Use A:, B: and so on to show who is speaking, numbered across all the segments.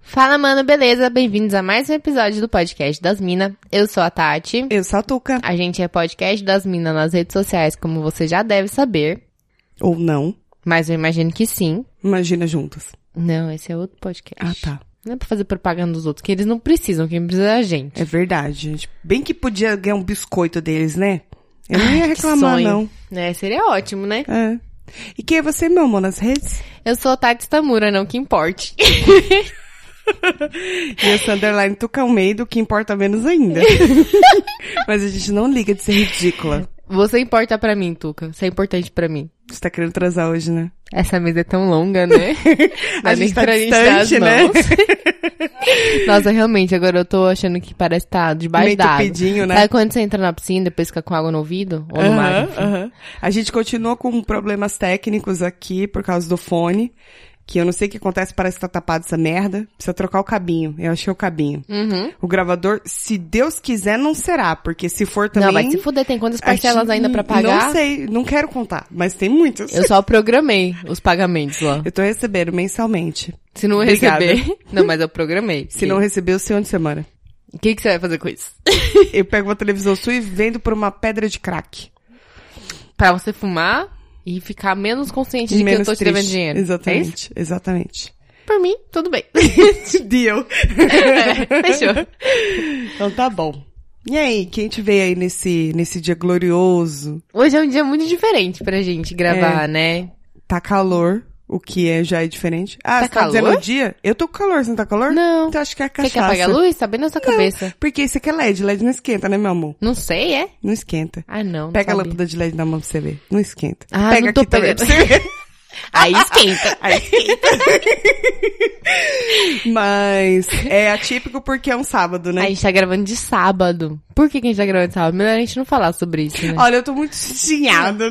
A: Fala, mano, beleza? Bem-vindos a mais um episódio do Podcast das Minas. Eu sou a Tati.
B: Eu sou a Tuca.
A: A gente é Podcast das Minas nas redes sociais, como você já deve saber,
B: Ou não.
A: mas eu imagino que sim.
B: Imagina juntas.
A: Não, esse é outro podcast.
B: Ah, tá.
A: Não é pra fazer propaganda dos outros, que eles não precisam, quem precisa é a gente.
B: É verdade, gente. Bem que podia ganhar um biscoito deles, né? Eu não ia
A: que
B: reclamar,
A: sonho.
B: não.
A: Né? Seria ótimo, né?
B: É. E quem é você, meu amor, nas redes?
A: Eu sou a Tati Tamura, não que importe.
B: E eu sou a underline Tuca Almeida, o que importa menos ainda. Mas a gente não liga de ser ridícula.
A: Você importa pra mim, Tuca. Você é importante pra mim.
B: Você tá querendo transar hoje, né?
A: Essa mesa é tão longa, né? Dá
B: A
A: nem
B: gente tá
A: pra dar as
B: distante, né?
A: mãos. Nossa, realmente, agora eu tô achando que parece que tá debaixo
B: Meio
A: da água.
B: tupidinho, né?
A: Sabe quando você entra na piscina, depois fica com água no ouvido? Ou no mar,
B: Aham,
A: enfim.
B: aham. A gente continua com problemas técnicos aqui por causa do fone. Que eu não sei o que acontece, parece que tá tapado essa merda. Precisa trocar o cabinho. Eu achei o cabinho.
A: Uhum.
B: O gravador, se Deus quiser, não será. Porque se for também.
A: Não, vai se fuder, tem quantas parcelas
B: acho-
A: ainda pra pagar?
B: Não sei, não quero contar. Mas tem muitas.
A: Eu só programei os pagamentos lá.
B: Eu tô recebendo mensalmente.
A: Se não
B: Obrigada.
A: receber. Não, mas eu programei.
B: Se não receber, eu sei onde você mora.
A: O que, que você vai fazer com isso?
B: Eu pego uma televisão sua e vendo por uma pedra de crack.
A: pra você fumar e ficar menos consciente de
B: Menos
A: que eu tô te
B: triste.
A: devendo dinheiro. É isso?
B: Exatamente, exatamente.
A: Por mim, tudo bem.
B: Deal.
A: É, Fechou.
B: Então tá bom. E aí, quem te veio aí nesse, nesse dia glorioso?
A: Hoje é um dia muito diferente pra gente gravar, né?
B: Tá calor, o que é, já é diferente. Ah,
A: Tá
B: você tá dizendo
A: calor?
B: o dia? Eu tô com calor, você não tá com calor?
A: Não.
B: Então acho que é a
A: Você
B: cachaça.
A: quer apagar a luz? Tá bem na sua cabeça.
B: Porque esse aqui é LED, LED não esquenta, né, meu amor?
A: Não sei, é?
B: Não esquenta.
A: Ah, não. não
B: Pega a
A: sabia.
B: lâmpada de LED na mão pra você ver. Não esquenta.
A: Ah,
B: Pega
A: não tô
B: aqui também
A: pegando.
B: pra você ver.
A: Aí esquenta.
B: Aí esquenta. Mas é atípico porque é um sábado, né?
A: A gente tá gravando de sábado. Por que, que a gente tá gravando de sábado? Melhor a gente não falar sobre isso, né?
B: Olha, eu tô muito chateada,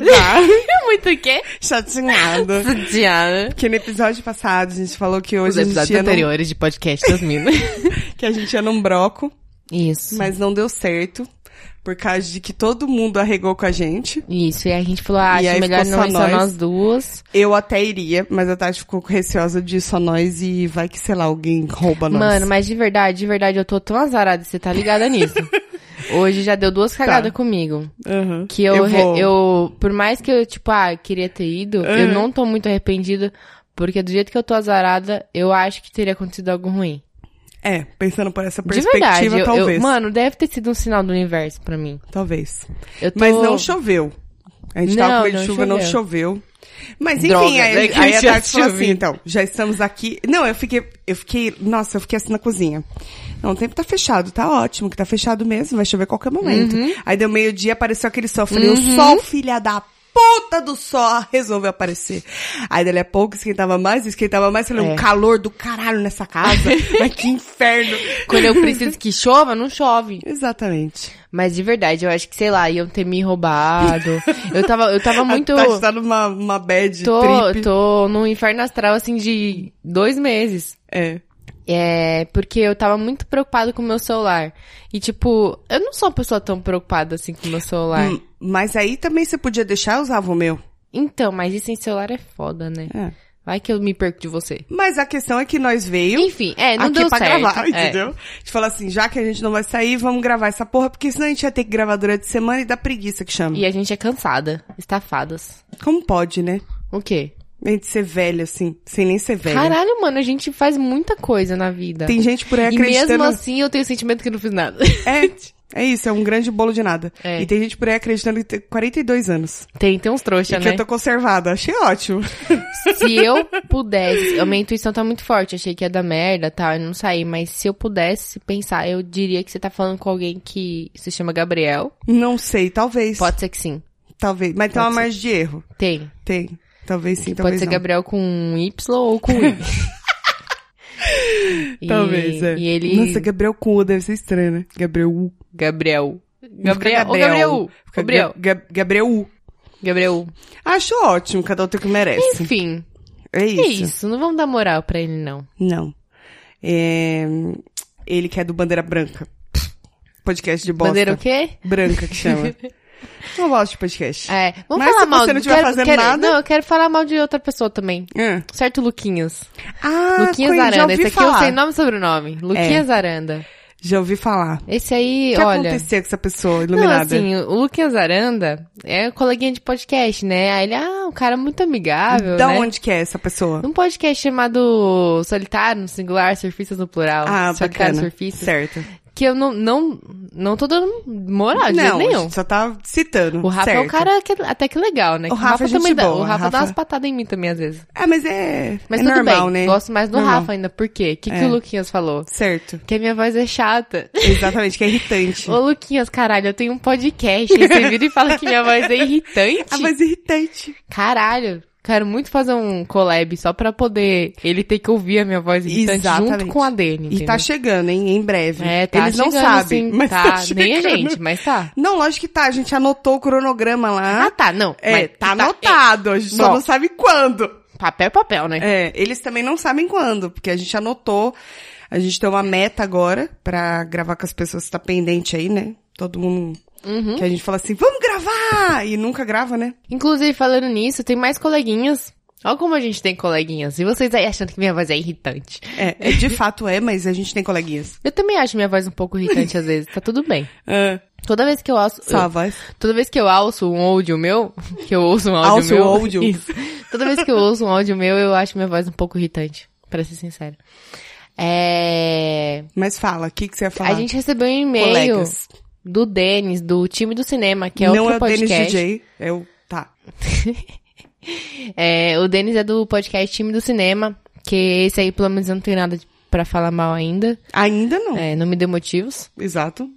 B: tá?
A: É muito o quê?
B: chateada.
A: Diana.
B: Porque no episódio passado a gente falou que
A: Os
B: hoje a gente,
A: episódios
B: ia num,
A: anteriores de podcast das minas.
B: que a gente ia num broco,
A: Isso.
B: mas não deu certo. Por causa de que todo mundo arregou com a gente.
A: Isso, e aí a gente falou, ah,
B: E
A: acho
B: aí
A: melhor
B: ficou
A: não
B: só
A: ir só
B: nós.
A: nós duas.
B: Eu até iria, mas a Tati ficou receosa de só nós e vai que, sei lá, alguém rouba nós.
A: Mano, mas de verdade, de verdade, eu tô tão azarada, você tá ligada nisso. Hoje já deu duas cagadas
B: Tá.
A: comigo.
B: Aham.
A: Que eu,
B: eu,
A: re-
B: vou-
A: eu- por mais que eu, tipo, ah, queria ter ido, eu
B: Uhum.
A: não tô muito arrependida, porque do jeito que eu tô azarada, eu acho que teria acontecido algo ruim.
B: É, pensando por essa
A: De
B: perspectiva,
A: verdade, eu- eu-
B: talvez.
A: mano, deve ter sido um sinal do universo pra mim.
B: Talvez.
A: Eu tô...
B: Mas não choveu. A gente
A: Não,
B: tava com medo de
A: não
B: chuva, não choveu. Mas enfim,
A: Droga, né,
B: aí,
A: que
B: aí a
A: já
B: Tati falou assim,
A: chovia.
B: então, já estamos aqui. Não, eu fiquei, eu fiquei, nossa, eu fiquei assim na cozinha. Não, o tempo tá fechado, tá ótimo, que tá fechado mesmo, vai chover a qualquer momento.
A: Uhum.
B: Aí deu meio-dia, apareceu aquele sol. Eu Falei, o sol, filha da puta do sol, resolveu aparecer. Aí dali a pouco esquentava mais, esquentava mais, falei,
A: É.
B: um calor do caralho nessa casa. mas que inferno.
A: Quando eu preciso que chova, não chove.
B: Exatamente.
A: Mas de verdade, eu acho que, sei lá, iam ter me roubado. Eu tava, eu tava muito...
B: A Tati tá numa uma bad
A: Tô,
B: trip.
A: tô num inferno astral, assim, de dois meses.
B: É.
A: É, porque eu tava muito preocupada com o meu celular. E, tipo, eu não sou uma pessoa tão preocupada assim com o meu celular.
B: Hum, Mas aí também você podia deixar, eu usava o meu.
A: Então, mas isso sem celular é foda, né?
B: É.
A: Vai que eu me perco de você.
B: Mas a questão é que nós veio
A: Enfim, é, não
B: aqui
A: deu
B: pra
A: certo.
B: gravar,
A: É.
B: entendeu? A gente falou assim, já que a gente não vai sair, vamos gravar essa porra, porque senão a gente ia ter que gravar durante a semana e dá preguiça que chama.
A: E a gente é cansada, estafadas.
B: Como pode, né?
A: O quê?
B: A gente ser velho assim, sem nem ser velho.
A: Caralho, mano, a gente faz muita coisa na vida.
B: Tem gente por aí
A: e mesmo
B: acreditando...
A: assim eu tenho o sentimento que eu não fiz nada.
B: É, é isso, é um grande bolo de nada.
A: É.
B: E tem gente por aí acreditando que tem 42 anos.
A: Tem, tem uns
B: E
A: trouxas,
B: que
A: né?
B: eu tô conservada, achei ótimo.
A: Se eu pudesse, a minha intuição tá muito forte, achei que ia dar merda, tá, eu não saí, mas se eu pudesse pensar, eu diria que você tá falando com alguém que se chama Gabriel.
B: Não sei, talvez.
A: Pode ser que sim.
B: Talvez, mas tem uma
A: pode ser.
B: margem de erro.
A: Tem.
B: Tem. Talvez sim,
A: Pode
B: talvez
A: ser
B: não.
A: Gabriel com Y ou com I. E-
B: Talvez, é.
A: E ele
B: Nossa, Gabriel com U deve ser estranho, né? Gabriel U.
A: Gabriel.
B: Não fica
A: Gabriel. Ô, Gabriel.
B: Fica
A: Gabriel.
B: Ga- Ga- Gabriel U.
A: Gabriel.
B: Acho ótimo, cada um tem o que merece.
A: Enfim,
B: É
A: é
B: isso.
A: isso. Não vamos dar moral pra ele, não.
B: Não. É, Ele que é do Bandeira Branca. Podcast de bosta.
A: Bandeira o quê?
B: Branca que chama. Não gosto de podcast.
A: É, vamos
B: Mas
A: falar
B: se
A: mal
B: você não estiver
A: quero-
B: fazendo
A: quero-
B: nada-
A: Não, eu quero falar mal de outra pessoa também.
B: Hum.
A: Certo, Luquinhas.
B: Ah,
A: É. Luquinhas
B: conhe- já
A: Aranda.
B: ouvi
A: Esse aqui
B: falar.
A: eu sei nome e sobrenome. Luquinhas Aranda.
B: Já ouvi falar.
A: Esse
B: O
A: aí,
B: que
A: olha.
B: aconteceu com essa pessoa
A: Não,
B: iluminada?
A: assim, o Luquinhas Aranda é coleguinha de podcast, né? Aí ele, ah, um cara muito amigável,
B: da
A: né?
B: onde que é essa pessoa?
A: Um podcast chamado Solitário, no singular, surfistas no plural.
B: Ah,
A: Solitário,
B: bacana.
A: surfistas.
B: Certo.
A: Que eu não, não, não tô dando moral Ah, de jeito
B: não,
A: nenhum.
B: só tá citando.
A: O Rafa é um
B: certo.
A: cara que- até que legal, né?
B: O
A: Que
B: Rafa é gente
A: também dá,
B: boa,
A: o Rafa, dá
B: Rafa-
A: umas patadas em mim também, às vezes.
B: Ah, mas é,
A: Mas
B: é
A: tudo
B: normal,
A: bem,
B: né?
A: gosto mais do
B: Normal.
A: Rafa ainda. Por quê? O que, que
B: É.
A: o Luquinhas falou?
B: Certo.
A: Que a minha voz é chata.
B: Exatamente, que é irritante.
A: Ô, Luquinhas, caralho, eu tenho um podcast. Aí Você vira e fala que minha voz é irritante.
B: Ah, mas irritante.
A: Caralho, quero muito fazer um collab só pra poder ele ter que ouvir a minha voz irritante junto
B: Exatamente.
A: com a dele.
B: E tá
A: entendeu?
B: chegando, hein? Em breve.
A: É, tá
B: Eles não
A: chegando,
B: sabem,
A: sim,
B: mas
A: tá.
B: tá
A: Nem a
B: chegando.
A: gente, mas tá.
B: Não, lógico que tá. A gente anotou o cronograma lá.
A: Ah, tá, não.
B: é,
A: mas
B: tá anotado. A gente só
A: Bom.
B: não sabe quando.
A: é, papel é papel, né?
B: É, eles também não sabem quando, porque a gente anotou. A gente tem uma meta agora pra gravar com as pessoas que tá pendente aí, né? Todo mundo.
A: Uhum.
B: Que a gente fala assim, vamos gravar! E nunca grava, né?
A: Inclusive, falando nisso, tem mais coleguinhas. Olha como a gente tem coleguinhas. E vocês aí achando que minha voz é irritante.
B: É, é, de fato é, mas a gente tem coleguinhas.
A: Eu também acho minha voz um pouco irritante às vezes, tá tudo bem.
B: Ah,
A: Toda vez que eu ouço.
B: só a voz.
A: eu- toda vez que eu ouço um áudio meu, que eu ouço um áudio
B: Ouço
A: meu.
B: um áudio.
A: Isso. Toda vez que eu ouço um áudio meu, eu acho minha voz um pouco irritante, pra ser sincera. É.
B: Mas fala, o que, que você ia falar?
A: A gente recebeu um e-mail
B: Tá Colegas.
A: do Denis, do time do cinema, que é
B: não
A: outro
B: é o
A: podcast.
B: Denis DJ, é o... Tá.
A: É, o Denis é do podcast Time do Cinema, que esse aí, pelo menos, eu não tenho nada de- pra falar mal ainda.
B: Ainda não.
A: É, não me deu motivos.
B: Exato.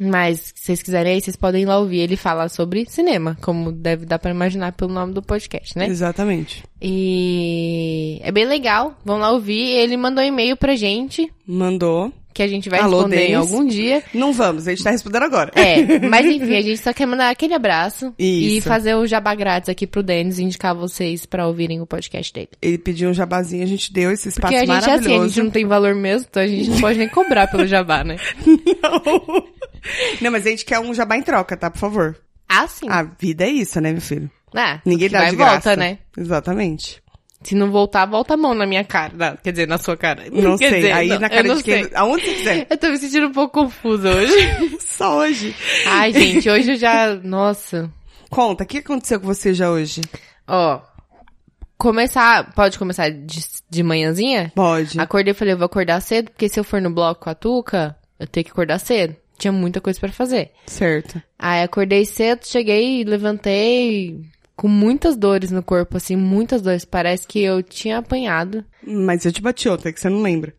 A: Mas, se vocês quiserem aí, vocês podem ir lá ouvir ele falar sobre cinema, como deve dar pra imaginar pelo nome do podcast, né?
B: Exatamente.
A: E é bem legal, vão lá ouvir. Ele mandou um e-mail pra gente,
B: Mandou.
A: que a gente vai
B: Alô,
A: responder em
B: Denis.
A: algum dia.
B: Não vamos, a gente tá respondendo agora.
A: É, mas enfim, a gente só quer mandar aquele abraço e
B: Isso.
A: fazer o jabá grátis aqui pro Denis e indicar vocês pra ouvirem o podcast dele.
B: Ele pediu um jabazinho, a gente deu esse espaço
A: Porque a gente é assim, a
B: maravilhoso.
A: gente não tem valor mesmo, então a gente não pode nem cobrar pelo jabá, né?
B: Não. Não, mas a gente quer um jabá em troca, tá? Por favor.
A: Ah, sim.
B: A vida é isso, né, meu filho?
A: Ah,
B: Ninguém
A: que
B: dá
A: vai
B: de
A: e volta,
B: graça.
A: né?
B: Exatamente.
A: Se não voltar, volta a mão na minha cara. Não, quer dizer, na sua cara.
B: Não
A: Quer
B: sei.
A: dizer,
B: Aí
A: não,
B: na
A: eu
B: cara
A: não
B: de quem.
A: sei.
B: Aonde você quiser.
A: Eu tô me sentindo um pouco confusa hoje.
B: Só hoje.
A: Ai, gente, hoje eu já. Nossa.
B: Conta, o que aconteceu com você já hoje?
A: Ó. Começar. Pode começar de, de manhãzinha?
B: Pode.
A: Acordei e falei, eu vou acordar cedo, porque se eu for no bloco com a Tuca, eu tenho que acordar cedo. Tinha muita coisa pra fazer.
B: Certo.
A: Aí acordei cedo, cheguei, levantei com muitas dores no corpo, assim, muitas dores. Parece que eu tinha apanhado.
B: Mas eu te bati ontem, que você não lembra.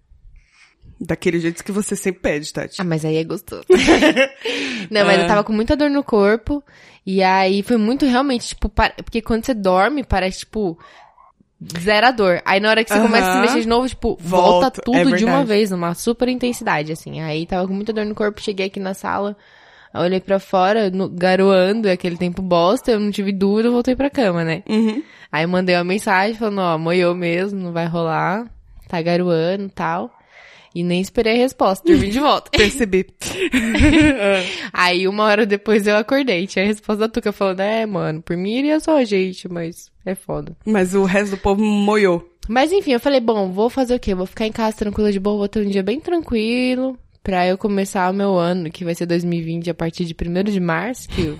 B: Daquele jeito que você sempre pede, Tati.
A: Ah, mas aí é gostoso. Não,
B: É.
A: mas eu tava com muita dor no corpo. E aí foi muito realmente, tipo, pa- porque quando você dorme, parece, tipo, zero a dor. Aí na hora que você
B: Aham.
A: começa a se mexer de novo, tipo, volta,
B: Volta, é
A: tudo de uma
B: verdade.
A: vez, numa super intensidade, assim. Aí tava com muita dor no corpo, cheguei aqui na sala, olhei pra fora, no, garoando, é aquele tempo bosta, eu não tive dúvida, eu voltei pra cama, né?
B: Uhum.
A: Aí mandei uma mensagem falando, ó, moiou mesmo, não vai rolar, tá garoando e tal. E nem esperei a resposta, dormi de volta.
B: Percebi.
A: Aí uma hora depois eu acordei, tinha a resposta da Tuca falando, é, mano, por mim iria só a gente, mas é foda.
B: Mas o resto do povo moiou.
A: Mas enfim, eu falei, bom, vou fazer o quê? Vou ficar em casa tranquila de boa, vou ter um dia bem tranquilo, pra eu começar o meu ano, que vai ser 2020, a partir de 1 de março, que, é
B: o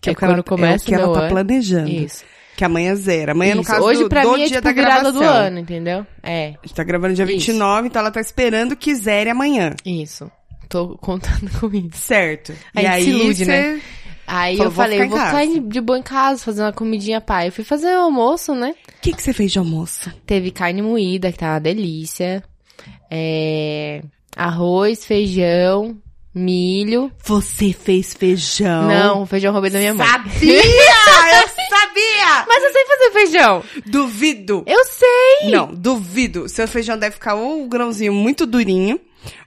B: que ela-
A: quando começa
B: é o que
A: o meu
B: ela tá
A: ano.
B: planejando.
A: Isso.
B: Que amanhã zera. Amanhã, no
A: Isso.
B: caso,
A: Hoje
B: do,
A: pra
B: do
A: mim é
B: dia
A: tipo
B: da
A: virada
B: gravação.
A: do ano, entendeu? É,
B: A gente tá gravando dia
A: Isso.
B: 29, então ela tá esperando que zere amanhã.
A: isso. Tô contando com isso.
B: Certo.
A: Aí
B: e aí
A: se ilude, né?
B: cê-
A: Aí
B: Falou,
A: eu
B: vou
A: falei,
B: ficar
A: eu
B: em
A: vou
B: casa.
A: sair de boa em casa, fazer uma comidinha pai. Eu fui fazer o almoço, né?
B: O que que você fez de almoço?
A: Teve carne moída, que tá uma delícia. É, Arroz, feijão, milho.
B: Você fez feijão.
A: Não, feijão roubei da minha mãe.
B: Sabia! eu sabia!
A: Mas eu sei fazer feijão.
B: Duvido.
A: Eu sei.
B: Não, duvido. Seu feijão deve ficar ou um grãozinho muito durinho,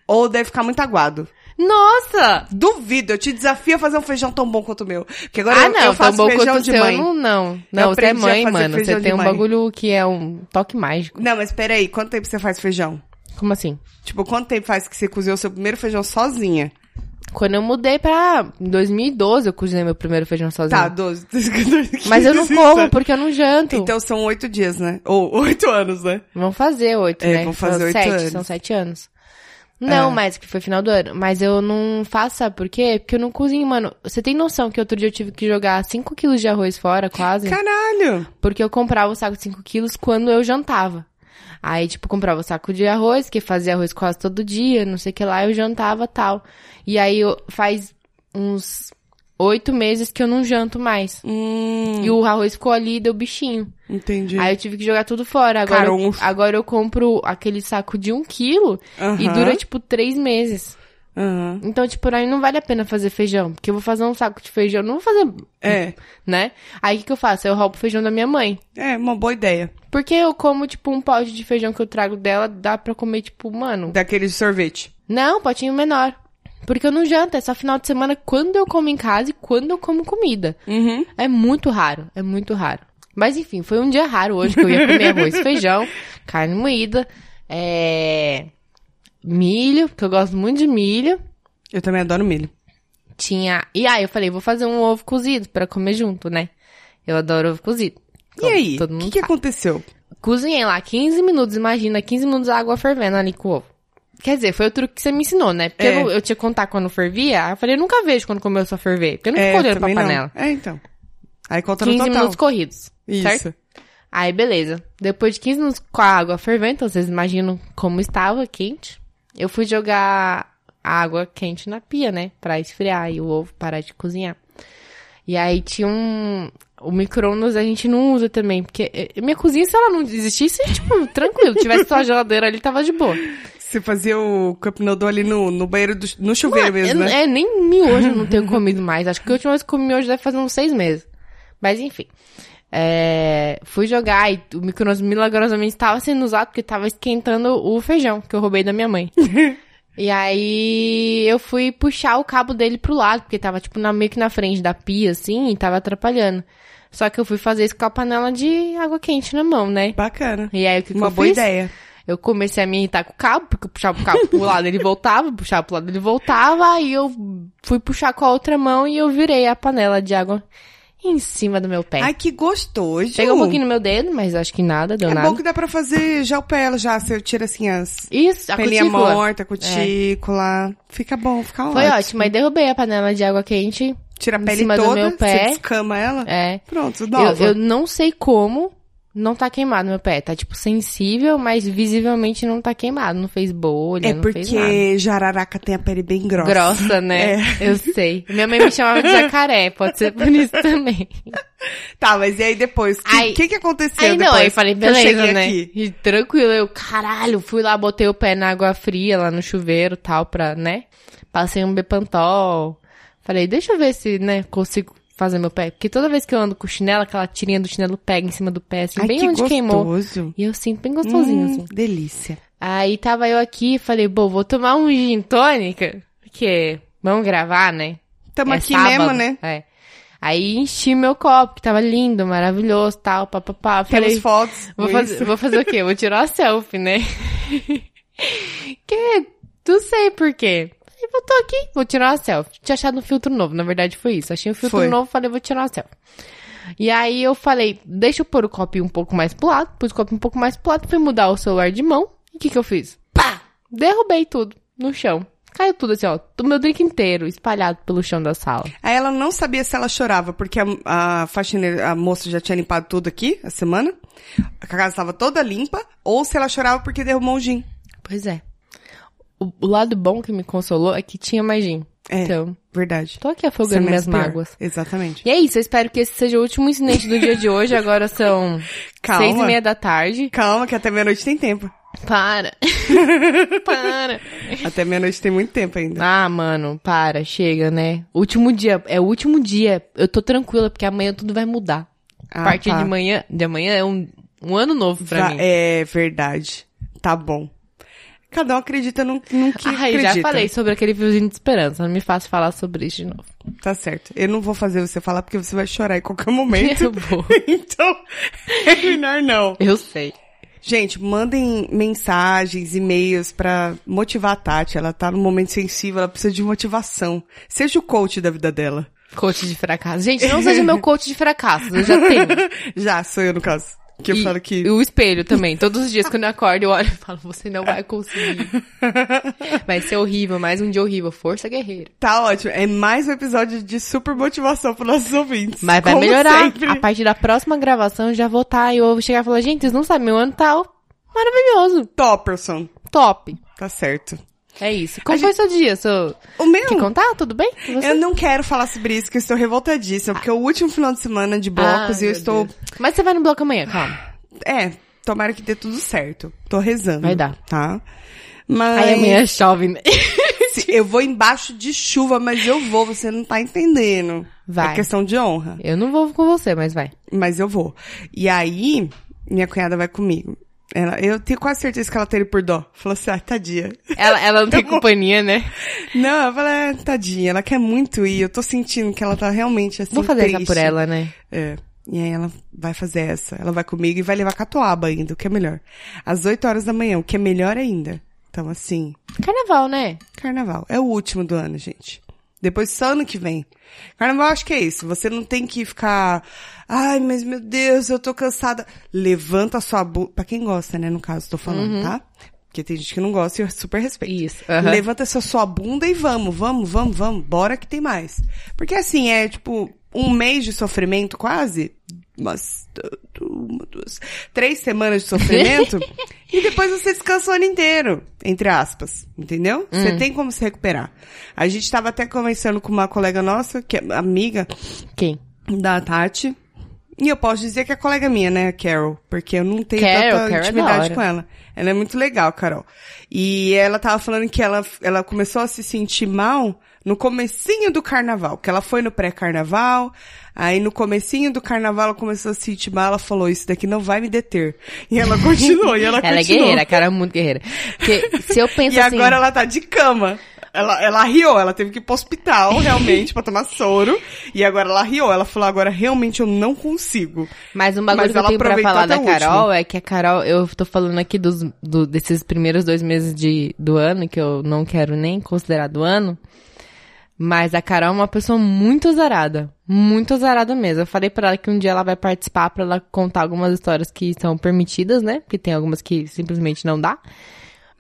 B: ou deve ficar muito aguado.
A: Nossa.
B: Duvido, eu te desafio a fazer um feijão tão bom quanto o meu. Porque agora
A: Ah,
B: eu,
A: não,
B: eu
A: tão
B: faço
A: bom
B: feijão
A: quanto o
B: de
A: seu,
B: mãe.
A: não, não. Não, você é
B: aprendi a
A: mãe,
B: fazer
A: mano. Você
B: feijão
A: tem
B: de
A: um
B: mãe.
A: bagulho que é um toque mágico.
B: Não, mas peraí, quanto tempo você faz feijão?
A: Como assim?
B: Tipo, quanto tempo faz que você cozinhou o seu primeiro feijão sozinha?
A: Quando eu mudei pra. Em 2012 eu cozinhei meu primeiro feijão sozinho.
B: Tá, 12.
A: Mas eu não como porque eu não janto.
B: Então são oito dias, né? Ou oito anos, né?
A: Vão fazer oito,
B: É,
A: né?
B: vão fazer
A: São
B: oito
A: sete,
B: anos. É.
A: São sete anos. Não, mas que foi final do ano. Mas eu não faço, sabe por quê? Porque eu não cozinho, mano. Você tem noção que outro dia eu tive que jogar 5 quilos de arroz fora, quase?
B: Caralho!
A: Porque eu comprava o saco de 5 quilos quando eu jantava. Aí, tipo, comprava o saco de arroz, que fazia arroz quase todo dia, não sei o que lá, eu jantava tal. E aí eu- faz uns oito meses que eu não janto mais.
B: Hum,
A: E o arroz ficou ali e deu bichinho.
B: entendi. um
A: Aí eu tive que jogar tudo fora. Agora, eu,
B: Caroncho.
A: agora eu compro aquele saco de um quilo e
B: Aham,
A: dura, tipo, três meses.
B: aham.
A: Então, tipo, aí não vale a pena fazer feijão. Porque eu vou fazer um saco de feijão, não vou fazer,
B: É,
A: né? Aí o que, que eu faço? Eu roubo o feijão da minha mãe.
B: é uma boa ideia.
A: Porque eu como, tipo, um pote de feijão que eu trago dela, dá pra comer, tipo, mano.
B: Daquele de sorvete.
A: Não, potinho menor. Porque eu não janto, é só final de semana quando eu como em casa e quando eu como comida.
B: Uhum.
A: É muito raro, é muito raro. Mas enfim, foi um dia raro hoje que eu ia comer arroz, feijão, carne moída, é... milho, porque eu gosto muito de milho.
B: Eu também adoro milho.
A: Tinha. E aí eu falei, vou fazer um ovo cozido pra comer junto, né? Eu adoro ovo cozido.
B: E aí?
A: Todo
B: O
A: mundo
B: que, é? que
A: sabe.
B: aconteceu?
A: Cozinhei lá 15 minutos, imagina, 15 minutos a água fervendo ali com o ovo. Quer dizer, foi o truque que você me ensinou, né? Porque
B: É.
A: eu, eu tinha que contar quando fervia, aí eu falei, eu nunca vejo quando começou a ferver, porque eu não
B: é,
A: fico olhando pra
B: também não.
A: panela.
B: É, então. Aí conta
A: 15
B: no total.
A: minutos corridos,
B: Isso.
A: certo? Aí, beleza. Depois de 15 minutos com a água fervendo, então vocês imaginam como estava, quente. Eu fui jogar a água quente na pia, né? Pra esfriar e o ovo parar de cozinhar. E aí tinha um... O micro-ondas a gente não usa também, porque eh, minha cozinha, se ela não existisse, tipo, tranquilo. Tivesse só a geladeira ali, tava de boa.
B: Você fazia o cup noodle ali no, no banheiro, do, no chuveiro
A: Eu,
B: mesmo, né?
A: É, nem miojo eu não tenho comido mais. Acho que a última vez que comi miojo deve fazer uns seis meses. Mas enfim. É, fui jogar e o micro-ondas milagrosamente estava sendo usado porque estava esquentando o feijão que eu roubei da minha mãe. e aí eu fui puxar o cabo dele pro lado, porque tava tipo na, meio que na frente da pia, assim, e tava atrapalhando. Só que eu fui fazer isso com a panela de água quente na mão, né?
B: Bacana.
A: E aí o que, que
B: Uma
A: eu
B: boa
A: fiz?
B: ideia.
A: Eu comecei a me irritar com o cabo, porque eu puxava o cabo pro lado, ele voltava, puxava pro lado, ele voltava, aí eu fui puxar com a outra mão e eu virei a panela de água em cima do meu pé.
B: Ai, que gostoso.
A: Pegou um pouquinho no meu dedo, mas acho que nada, deu
B: É
A: nada.
B: bom que dá pra fazer gelpela já. Você tira assim as
A: Isso, a
B: pelinha
A: cutícula. É.
B: morta, cutícula. Fica bom, fica
A: Foi
B: ótimo.
A: ótimo, aí derrubei a panela de água quente,
B: Tira a
A: Em
B: pele
A: cima do
B: toda,
A: meu pé.
B: você descama ela.
A: é.
B: Pronto,
A: Eu,
B: nova.
A: eu não sei como não tá queimado meu pé, tá tipo sensível, mas visivelmente não tá queimado, não fez bolha,
B: é
A: não fez nada.
B: porque jararaca tem a pele bem grossa. É.
A: Grossa, né? Eu sei. Minha mãe me chamava de jacaré, pode ser por isso também.
B: Tá, mas e aí depois? O
A: Aí-
B: que, que, que aconteceu
A: Aí
B: depois?
A: não, aí eu falei,
B: que eu
A: beleza,
B: cheguei
A: né?
B: aqui?
A: E tranquilo, eu, caralho, fui lá, botei o pé na água fria, lá no chuveiro e tal, pra, né? Passei um Bepantol. Falei, deixa eu ver se, né, consigo fazer meu pé. Porque toda vez que eu ando com chinelo, aquela tirinha do chinelo pega em cima do pé, assim,
B: Ai,
A: bem
B: que
A: onde
B: gostoso.
A: queimou. E eu sinto bem gostosinho,
B: Hum,
A: assim.
B: Delícia.
A: Aí tava eu aqui e falei, bom, vou tomar um gin tônica, porque vamos gravar, né?
B: Tamo
A: É
B: aqui
A: sábado,
B: mesmo, né?
A: É. Aí enchi meu copo, que tava lindo, maravilhoso, tal, papapá. Falei,
B: Temos fotos.
A: Vou
B: com
A: fazer,
B: isso.
A: vou fazer o quê? Vou tirar a selfie, né? que? Tu sei por quê. Falei, vou tô aqui, vou tirar uma selfie. Tinha achado um filtro novo, na verdade foi isso. Achei um filtro
B: Foi.
A: novo, falei, vou tirar uma selfie. E aí eu falei, deixa eu pôr o copinho um pouco mais pro lado. Pus o copinho um pouco mais pro lado, fui mudar o celular de mão. E o que que eu fiz? Pá! Derrubei tudo no chão. Caiu tudo assim, ó. O meu drink inteiro espalhado pelo chão da sala.
B: Aí ela não sabia se ela chorava, porque a, a faxineira, a moça já tinha limpado tudo aqui, a semana. A casa tava toda limpa. Ou se ela chorava porque derrubou um gin.
A: Pois é. O, o lado bom que me consolou é que tinha mais gin.
B: É.
A: Então,
B: Verdade.
A: tô aqui
B: Isso é
A: afogando
B: menos
A: minhas
B: pior.
A: mágoas.
B: Exatamente.
A: E é isso, eu espero que esse seja o último incidente do dia de hoje. Agora são
B: Calma.
A: seis e meia da tarde.
B: Calma, que até meia-noite tem tempo.
A: Para. para.
B: Até meia-noite tem muito tempo ainda.
A: Ah, mano, para, chega, né? Último dia, é o último dia. Eu tô tranquila, porque amanhã tudo vai mudar.
B: Ah,
A: a partir
B: tá.
A: de manhã, de amanhã é um, um ano novo pra
B: Tá,
A: mim.
B: É verdade. Tá bom. Cada um acredita num, num que
A: Ai,
B: acredita.
A: já falei sobre aquele fiozinho de esperança. Não me faça falar sobre isso de novo.
B: Tá certo. Eu não vou fazer você falar porque você vai chorar em qualquer momento.
A: Eu vou.
B: então, é melhor não.
A: Eu sei.
B: Gente, mandem mensagens, e-mails pra motivar a Tati. Ela tá num momento sensível, ela precisa de motivação. Seja o coach da vida dela.
A: Coach de fracasso. Gente, não seja meu coach de fracasso. Eu já tenho.
B: Já, sou eu no caso. Que eu
A: E-
B: falo que.
A: e o espelho também. Todos os dias quando eu acordo, eu olho e falo, você não vai conseguir. Vai ser horrível, mais um dia horrível. Força guerreira.
B: Tá ótimo. É mais um episódio de super motivação pros nossos ouvintes.
A: Mas vai
B: Como
A: melhorar.
B: sempre.
A: A partir da próxima gravação eu já vou estar. e eu vou chegar e falar, gente, vocês não sabem, meu ano tá maravilhoso.
B: Topperson.
A: Top.
B: Tá certo.
A: É isso. Como foi seu dia? Seu...
B: O meu.
A: Quer contar? Tudo bem? com você?
B: Eu não quero falar sobre isso, que eu estou revoltadíssima, porque é o último final de semana de blocos
A: Ah,
B: e
A: meu
B: eu estou.
A: Deus. Mas você vai no bloco amanhã, calma.
B: É, tomara que dê tudo certo. Tô rezando.
A: Vai dar.
B: Tá? Mas.
A: Aí amanhã chove. né?
B: se- Eu vou embaixo de chuva, mas eu vou, você não tá entendendo.
A: Vai.
B: É questão de honra.
A: Eu não vou com você, mas vai.
B: Mas eu vou. E aí, minha cunhada vai comigo. Ela, eu tenho quase certeza que ela teve por dó. Falou assim, ah, tadinha.
A: Ela, ela não tem companhia, né?
B: Não, eu falei, ah, tadinha, ela quer muito ir. Eu tô sentindo que ela tá realmente assim.
A: Vou fazer essa
B: triste.
A: por ela, né?
B: É. E aí ela vai fazer essa. Ela vai comigo e vai levar catuaba ainda, o que é melhor. Às 8 horas da manhã, o que é melhor ainda. Então, assim,
A: Carnaval, né?
B: carnaval. É o último do ano, gente. Depois só ano que vem. Carnaval, acho que é isso. Você não tem que ficar. Ai, mas meu Deus, eu tô cansada. Levanta a sua bunda. Pra quem gosta, né? No caso, tô falando, tá? Porque tem gente que não gosta e eu super respeito.
A: Uhum. Isso, aham.
B: Levanta essa sua bunda e vamos, vamos, vamos, vamos. Bora que tem mais. Porque assim, é tipo um mês de sofrimento quase. Umas, du- uma, duas, três semanas de sofrimento. e depois você descansa o ano inteiro, entre aspas. Entendeu? Você tem como se recuperar. A gente tava até conversando com uma colega nossa, que é amiga
A: Quem?
B: da Tati. E eu posso dizer que é colega minha, né, a Carol? Porque eu não tenho
A: Carol,
B: tanta
A: Carol é da
B: intimidade
A: hora.
B: com ela. Ela é muito legal, Carol. E ela tava falando que ela, ela começou a se sentir mal no comecinho do carnaval. Que ela foi no pré-carnaval, aí no comecinho do carnaval ela começou a se sentir mal, ela falou, isso daqui não vai me deter. E ela continuou, e ela,
A: Ela é
B: continuou.
A: guerreira, cara, é muito guerreira. Porque se eu penso
B: E
A: assim...
B: agora ela tá de cama. Ela, ela riu, ela teve que ir pro hospital realmente pra tomar soro. E agora ela riu, ela falou, agora realmente eu não consigo.
A: Mas um bagulho
B: Mas
A: que eu
B: ela
A: tenho pra
B: aproveitou
A: falar
B: até
A: da
B: o último.
A: Carol é que a Carol, eu tô falando aqui dos, do- desses primeiros dois meses de, do ano, que eu não quero nem considerar do ano. Mas a Carol é uma pessoa muito azarada. Muito azarada mesmo. Eu falei pra ela que um dia ela vai participar pra ela contar algumas histórias que são permitidas, né? Porque tem algumas que simplesmente não dá.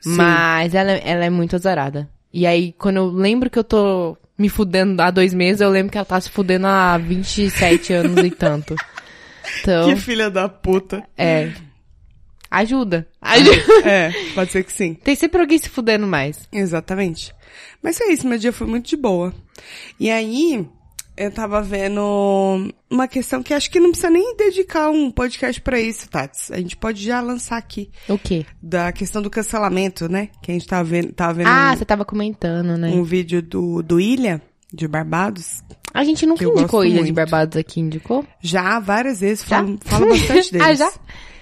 B: Sim.
A: Mas ela, ela é muito azarada. E aí, quando eu lembro que eu tô me fudendo há dois meses, eu lembro que ela tá se fudendo há 27 anos e tanto. Então,
B: Que filha da puta.
A: é. Ajuda. Ajuda.
B: É, pode ser que sim.
A: Tem sempre alguém se fudendo mais.
B: Exatamente. Mas é isso, meu dia foi muito de boa. E aí, eu tava vendo uma questão que acho que não precisa nem dedicar um podcast pra isso, Tats. A gente pode já lançar aqui.
A: O quê?
B: Da questão do cancelamento, né? Que a gente tava vendo, tava vendo
A: Ah,
B: um-
A: você tava comentando, né?
B: um, vídeo do, do Ilha, de Barbados.
A: A gente nunca
B: que eu
A: indicou
B: gosto
A: Ilha de
B: muito.
A: Barbados aqui, indicou?
B: Já, várias vezes,
A: Já?
B: falo, falo bastante deles.
A: Ah, já?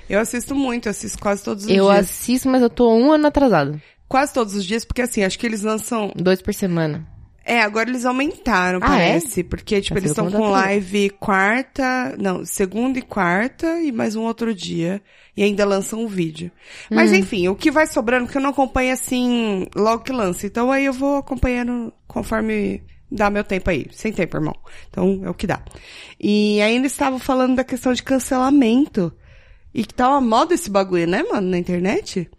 B: Eu assisto muito, eu assisto quase todos os
A: Eu
B: dias.
A: assisto, mas eu tô um ano atrasado.
B: Quase todos os dias, porque assim, acho que eles lançam
A: Dois por semana.
B: É, agora eles aumentaram,
A: Ah, Tá
B: parece. Porque, tipo,
A: Mas
B: eles
A: eu vou mandar
B: estão com
A: pra
B: live quarta. Não, segunda e quarta e mais um outro dia. E ainda lançam um vídeo.
A: Hum.
B: Mas, enfim, o que vai sobrando, porque eu não acompanho assim logo que lança. Então aí eu vou acompanhando conforme dá meu tempo aí. Sem tempo, irmão. Então é o que dá. E ainda estavam falando da questão de cancelamento. E que tá uma moda esse bagulho, né, mano, na internet?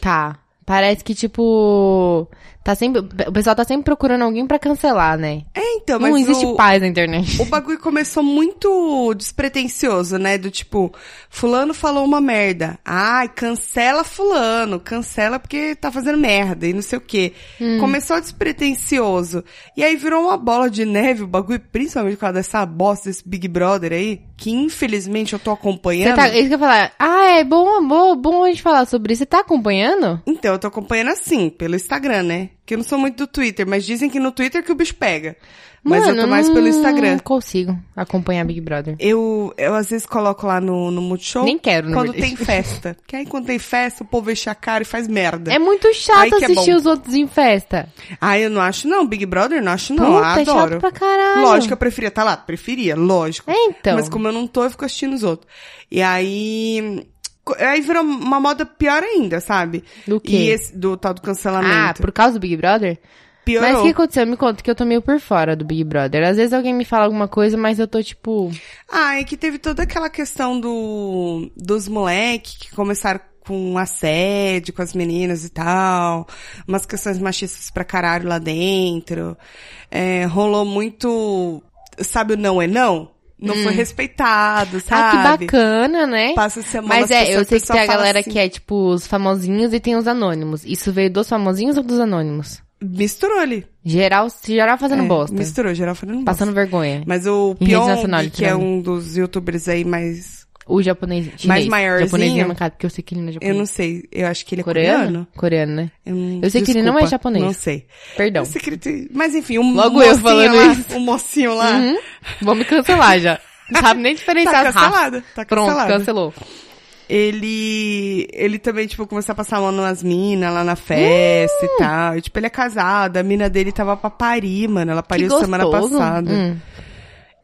A: Tá. Parece que, tipo. Tá sempre. O pessoal tá sempre procurando alguém pra cancelar, né?
B: É, então,
A: Não,
B: mas.
A: existe
B: o...
A: paz na internet.
B: O bagulho começou muito despretensioso, né? Do tipo, fulano falou uma merda. Ai, cancela fulano, cancela porque tá fazendo merda e não sei o quê.
A: Hum.
B: Começou despretensioso. E aí virou uma bola de neve o bagulho, principalmente por causa dessa bosta desse Big Brother aí, que infelizmente eu tô
A: Você
B: acompanhando.
A: tá, isso que eu ia falar. Ah, é bom, bom, bom a gente falar sobre isso. Você tá acompanhando?
B: Então, eu tô acompanhando assim, pelo Instagram, né? Que eu não sou muito do Twitter, mas dizem que no Twitter que o bicho pega. Mas eu tô mais pelo Instagram.
A: Não hum, consigo acompanhar Big Brother.
B: Eu, eu às vezes coloco lá no, no Multishow.
A: Nem quero, na
B: Então, Quando
A: verdade.
B: tem festa. Que aí quando tem festa, o povo enche a cara e faz merda.
A: É muito chato
B: Ai, que é
A: assistir
B: bom.
A: os outros em festa.
B: Ah, eu não acho não. Big Brother não acho não.
A: Puta,
B: Ah,
A: é chato
B: adoro.
A: pra caralho.
B: Lógico, eu preferia estar lá. Preferia, lógico.
A: É, então.
B: Mas como eu não tô, eu fico assistindo os outros. E aí... co- Aí virou uma moda pior ainda, sabe?
A: Do quê?
B: E esse, do tal do
A: Ah,
B: cancelamento.
A: por causa do Big Brother?
B: Piorou.
A: Mas o que aconteceu? Me conta que eu tô meio por fora do Big Brother. Às vezes alguém me fala alguma coisa, mas eu tô tipo.
B: Ah, é que teve toda aquela questão do, dos moleques que começaram com assédio com as meninas e tal, umas questões machistas pra caralho lá dentro. É, rolou muito, sabe o não é não? Não foi respeitado, sabe?
A: Hum. Ah, que bacana, né?
B: Passa a semana,
A: Mas
B: as
A: é,
B: pessoas-
A: eu sei
B: o
A: que
B: pessoal
A: tem a
B: fala
A: galera
B: assim,
A: que é tipo os famosinhos e tem os anônimos. Isso veio dos famosinhos ou dos anônimos?
B: Misturou ali.
A: Geral, geral fazendo
B: É,
A: bosta.
B: Misturou, geral falando bosta.
A: Passando vergonha.
B: Mas o
A: Em né? rede
B: Pyong,
A: nacional,
B: que é
A: literalmente.
B: um dos youtubers aí mais...
A: O japonês. Chinês.
B: Mais maiorzinho.
A: Japonesinho, no caso, porque eu sei que ele não é
B: Eu
A: japonês.
B: não sei, eu acho que ele é coreano.
A: Coreano? Coreano, né?
B: Eu, não-
A: Eu sei que ele não é
B: desculpa,
A: japonês.
B: Não sei.
A: Perdão.
B: Eu sei que ele tem- Mas enfim, um
A: Então. Logo eu
B: mocinho
A: falando
B: lá,
A: isso.
B: um mocinho lá,
A: Uhum. Vou me cancelar já. Não sabe nem diferenciar
B: tá
A: as raças.
B: cancelado, tá
A: Pronto,
B: cancelado.
A: cancelou.
B: Ele, ele também, tipo, começou a passar a mão nas minas lá na festa
A: Hum.
B: e tal. E, tipo, ele é casado, a mina dele tava pra parir, mano. Ela pariu
A: que
B: semana
A: gostoso.
B: passada.
A: Hum.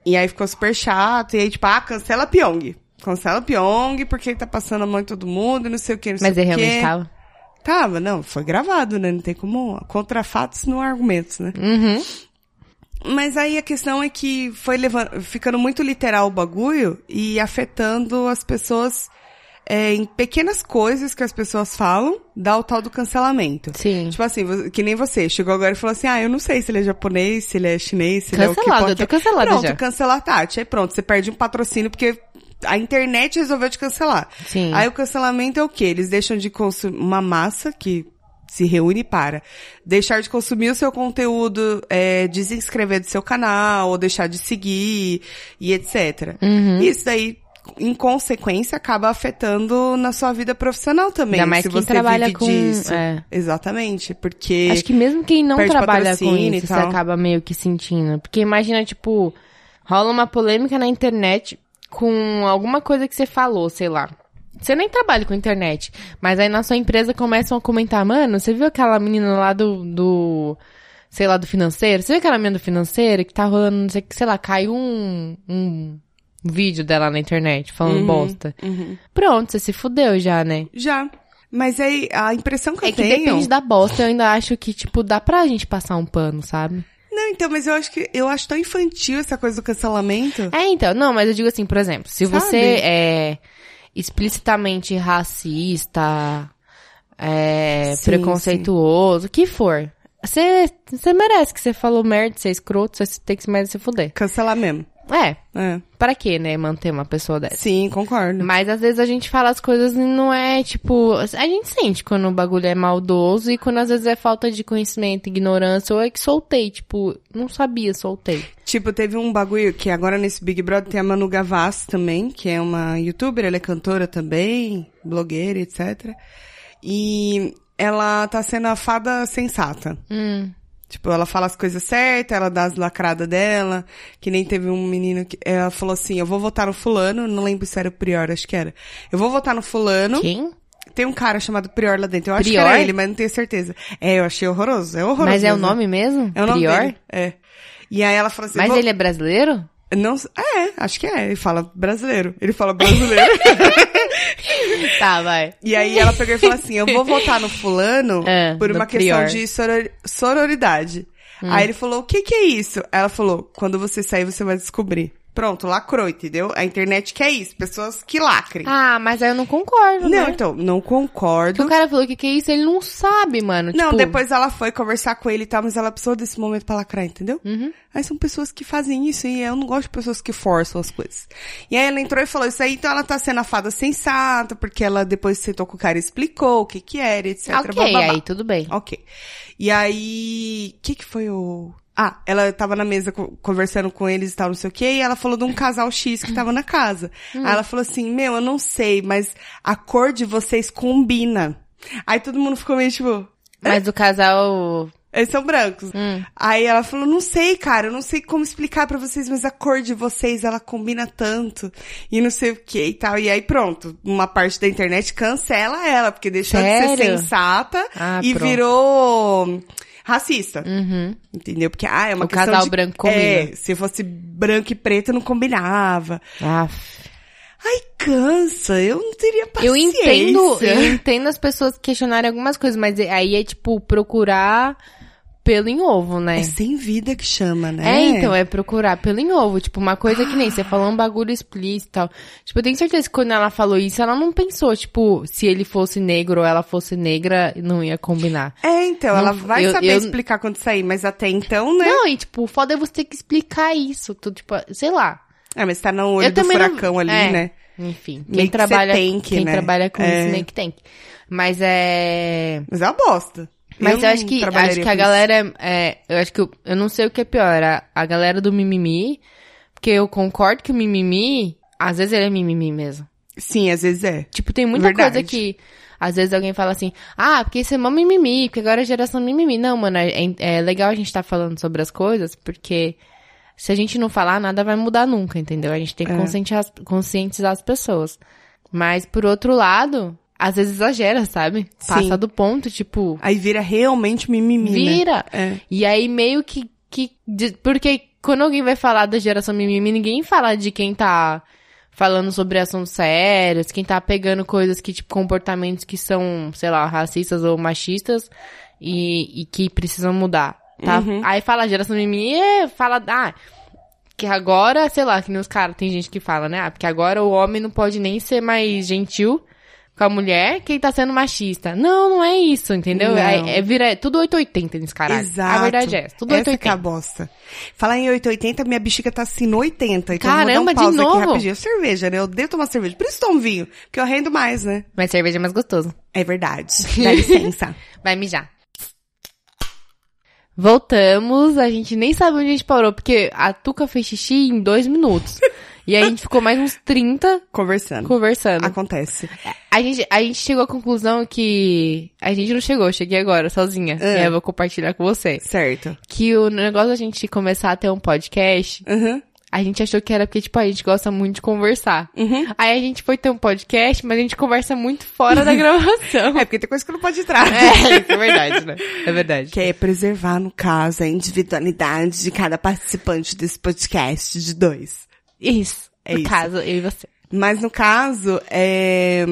B: E aí ficou super chato, e aí, tipo, ah, cancela Pyong. Cancela Pyong, porque ele tá passando a mão em todo mundo, e não sei o que, não
A: Mas
B: sei
A: ele
B: o quê.
A: realmente tava.
B: Tava, não, foi gravado, né? Não tem como. Contra fatos não há argumentos, né?
A: Uhum.
B: Mas aí a questão é que foi levando, ficando muito literal o bagulho e afetando as pessoas é, em pequenas coisas que as pessoas falam, dá o tal do cancelamento.
A: Sim.
B: Tipo assim, vo- que nem você, chegou agora e falou assim, ah, eu não sei se ele é japonês, se ele é chinês, se ele é o que
A: Cancelado, eu tô cancelada
B: Pronto,
A: já.
B: cancelar a Tati. Aí pronto, você perde um patrocínio porque a internet resolveu te cancelar.
A: Sim.
B: Aí o cancelamento é o quê? Eles deixam de consumir uma massa que se reúne para deixar de consumir o seu conteúdo, é, desinscrever do seu canal, ou deixar de seguir, e etc.
A: Uhum.
B: Isso daí, em consequência, acaba afetando na sua vida profissional também.
A: Ainda mais
B: se
A: quem
B: você
A: trabalha
B: vive
A: com-
B: disso.
A: é.
B: Exatamente, porque...
A: Acho que mesmo quem não
B: perde
A: trabalha com
B: patrocínio e
A: isso, você
B: tal.
A: acaba meio que sentindo. Porque imagina, tipo, rola uma polêmica na internet com alguma coisa que você falou, sei lá. Você nem trabalha com internet, mas aí na sua empresa começam a comentar, mano, você viu aquela menina lá do, do sei lá, do financeiro? Você viu aquela menina do financeiro que tá rolando, não sei o que, sei lá, caiu um, um vídeo dela na internet falando bosta.
B: Uhum.
A: Pronto, você se fudeu já, né?
B: Já. Mas aí, a impressão que
A: É
B: eu
A: que
B: tenho...
A: depende da bosta, eu ainda acho que, tipo, dá pra gente passar um pano, sabe?
B: Não, então, mas eu acho que eu acho tão infantil essa coisa do cancelamento.
A: É, então, não, mas eu digo assim, por exemplo, se
B: Sabe?
A: você é explicitamente racista, é,
B: Sim,
A: preconceituoso, o que for, você você merece que você falou merda, você é escroto, você tem que se merece se fuder.
B: Cancelar mesmo.
A: É,
B: É.
A: pra quê, né, manter uma pessoa dessa?
B: Sim, concordo.
A: Mas às vezes a gente fala as coisas e não é tipo. A gente sente quando o bagulho é maldoso e quando às vezes é falta de conhecimento, ignorância, ou é que soltei, tipo, não sabia, soltei.
B: Tipo, teve um bagulho que agora nesse Big Brother tem a Manu Gavassi também, que é uma youtuber, ela é cantora também, blogueira, etc. E ela tá sendo a fada sensata.
A: Hum.
B: Tipo, ela fala as coisas certas, ela dá as lacradas dela, que nem teve um menino que. Ela falou assim: eu vou votar no fulano, não lembro se era o Prior, acho que era. Eu vou votar no fulano.
A: Quem?
B: Tem um cara chamado Prior lá dentro. Eu acho que
A: Prior?
B: era ele, mas não tenho certeza. É, eu achei horroroso. É horroroso.
A: Mas é o
B: mesmo.
A: nome mesmo?
B: É o nome
A: Prior?
B: dele, É. E aí ela falou assim...
A: Mas
B: "Vou-
A: ele é brasileiro?
B: Não, é, acho que é. Ele fala brasileiro. Ele fala brasileiro.
A: Tá, vai.
B: e aí ela pegou e falou assim, eu vou votar no fulano
A: É,
B: por
A: no
B: uma questão
A: Prior. Hum.
B: de soror- sororidade. Aí ele falou, o que que é isso? Ela falou, quando você sair, você vai descobrir. Pronto, lacrou, entendeu? A internet quer isso. Pessoas que lacrem.
A: Ah, mas aí eu não concordo,
B: não,
A: né?
B: então, não
A: Porque
B: concordo.
A: o cara falou que que é isso, ele não sabe, mano.
B: Não,
A: tipo,
B: depois ela foi conversar com ele e tal, mas ela precisou desse momento pra lacrar, entendeu?
A: Uhum.
B: Aí são pessoas que fazem isso e eu não gosto de pessoas que forçam as coisas. E aí ela entrou e falou isso aí, então ela tá sendo a fada sensata, porque ela depois sentou com o cara e explicou o que que era, etc.
A: Ah, Ok,
B: bababá.
A: aí tudo bem.
B: Ok. E aí, o que que foi o... Ah, ela tava na mesa co- conversando com eles e tal, não sei o quê, e ela falou de um casal X que tava na casa.
A: Hum.
B: Aí ela falou assim, meu, eu não sei, mas a cor de vocês combina. Aí todo mundo ficou meio tipo...
A: Mas o casal.
B: Eles são brancos.
A: Hum.
B: Aí ela falou, não sei, cara, eu não sei como explicar pra vocês, mas a cor de vocês, ela combina tanto. E não sei o que e tal. E aí pronto, uma parte da internet cancela ela, porque deixou de ser
A: Sério?
B: sensata
A: Ah,
B: e
A: pronto.
B: virou racista.
A: Uhum.
B: Entendeu? Porque, ah, é uma
A: O
B: questão
A: casal
B: de...
A: branco combina.
B: É, se fosse branco e preto não combinava.
A: Aff.
B: Ai, cansa. Eu não teria
A: Eu
B: paciência. É
A: entendo, eu entendo as pessoas questionarem algumas coisas, mas aí é tipo procurar pelo em ovo, né?
B: É sem vida que chama, né?
A: É, então, é procurar pelo em ovo. Tipo, uma coisa que nem você falou um bagulho explícito e tal. Tipo, eu tenho certeza que quando ela falou isso, ela não pensou, tipo, se ele fosse negro ou ela fosse negra, não ia combinar.
B: É, então,
A: Não,
B: ela vai
A: eu-
B: saber
A: eu-
B: explicar quando sair, mas até então, né?
A: Não, e tipo, foda é você ter que explicar isso. Tu, tipo, sei lá.
B: É, mas tá no olho
A: Eu
B: do
A: também não-
B: furacão ali,
A: é.
B: né?
A: Enfim,
B: Meio
A: quem
B: que
A: trabalha,
B: você tem que,
A: quem
B: né?
A: trabalha com
B: É.
A: isso meio que tem. que. Mas é...
B: Mas é uma bosta.
A: Mas eu,
B: não
A: acho que
B: trabalharia
A: acho que
B: com
A: a
B: isso.
A: galera é, eu acho que eu, eu não sei o que é pior, a, a galera do mimimi, porque eu concordo que o mimimi, às vezes ele é mimimi mesmo.
B: Sim, às vezes é.
A: Tipo, tem muita
B: Verdade.
A: coisa que às vezes alguém fala assim: "Ah, porque isso é mó mimimi, porque agora é geração mimimi". Não, mano, é, é legal a gente tá falando sobre as coisas, porque se a gente não falar, nada vai mudar nunca, entendeu? A gente tem que
B: É.
A: conscientizar, as- conscientizar as pessoas. Mas por outro lado, às vezes exagera, sabe? Passa
B: Sim.
A: do ponto, tipo,
B: Aí vira realmente mimimi, né?
A: Vira.
B: É.
A: E aí meio que, que. de- Porque quando alguém vai falar da geração mimimi, ninguém fala de quem tá falando sobre assuntos sérios, quem tá pegando coisas que, tipo, comportamentos que são, sei lá, racistas ou machistas e, e que precisam mudar. Tá?
B: Uhum.
A: Aí fala geração mimimi e fala. Ah, que agora, sei lá, que nem os caras, tem gente que fala, né? Ah, porque agora o homem não pode nem ser mais gentil com a mulher que ele tá sendo machista. Não, não é isso, entendeu?
B: Não.
A: É, é, vira, é tudo 880 nesse caralho.
B: Exato.
A: A verdade é essa, tudo
B: Essa que é a
A: 880.
B: bosta. Falar em 880, minha bexiga tá assim no 80. Então eu
A: Caramba, de
B: vou dar um pause
A: novo?
B: aqui rapidinho. Cerveja, né? Eu devo tomar cerveja. Por isso tomo vinho, porque eu rendo mais, né?
A: Mas cerveja é mais gostoso.
B: É verdade. Dá licença.
A: Vai mijar. Voltamos, a gente nem sabe onde a gente parou, porque a Tuca fez xixi em dois minutos. e aí a gente ficou mais uns 30
B: Conversando. Ah.
A: conversando.
B: Acontece.
A: A gente, a gente chegou à conclusão que. A gente não chegou, eu cheguei agora, sozinha.
B: É.
A: E aí eu vou compartilhar com vocês.
B: Certo.
A: Que o negócio da gente começar a ter um podcast,
B: Uhum.
A: a gente achou que era porque, tipo, a gente gosta muito de conversar.
B: Uhum.
A: Aí a gente foi ter um podcast, mas a gente conversa muito fora da gravação.
B: É, porque tem coisa que não pode entrar.
A: Então. É, isso é verdade, né? É verdade.
B: Que é preservar, no caso, a individualidade de cada participante desse podcast de dois.
A: Isso.
B: É
A: no
B: isso.
A: caso, eu e você.
B: Mas no caso, é...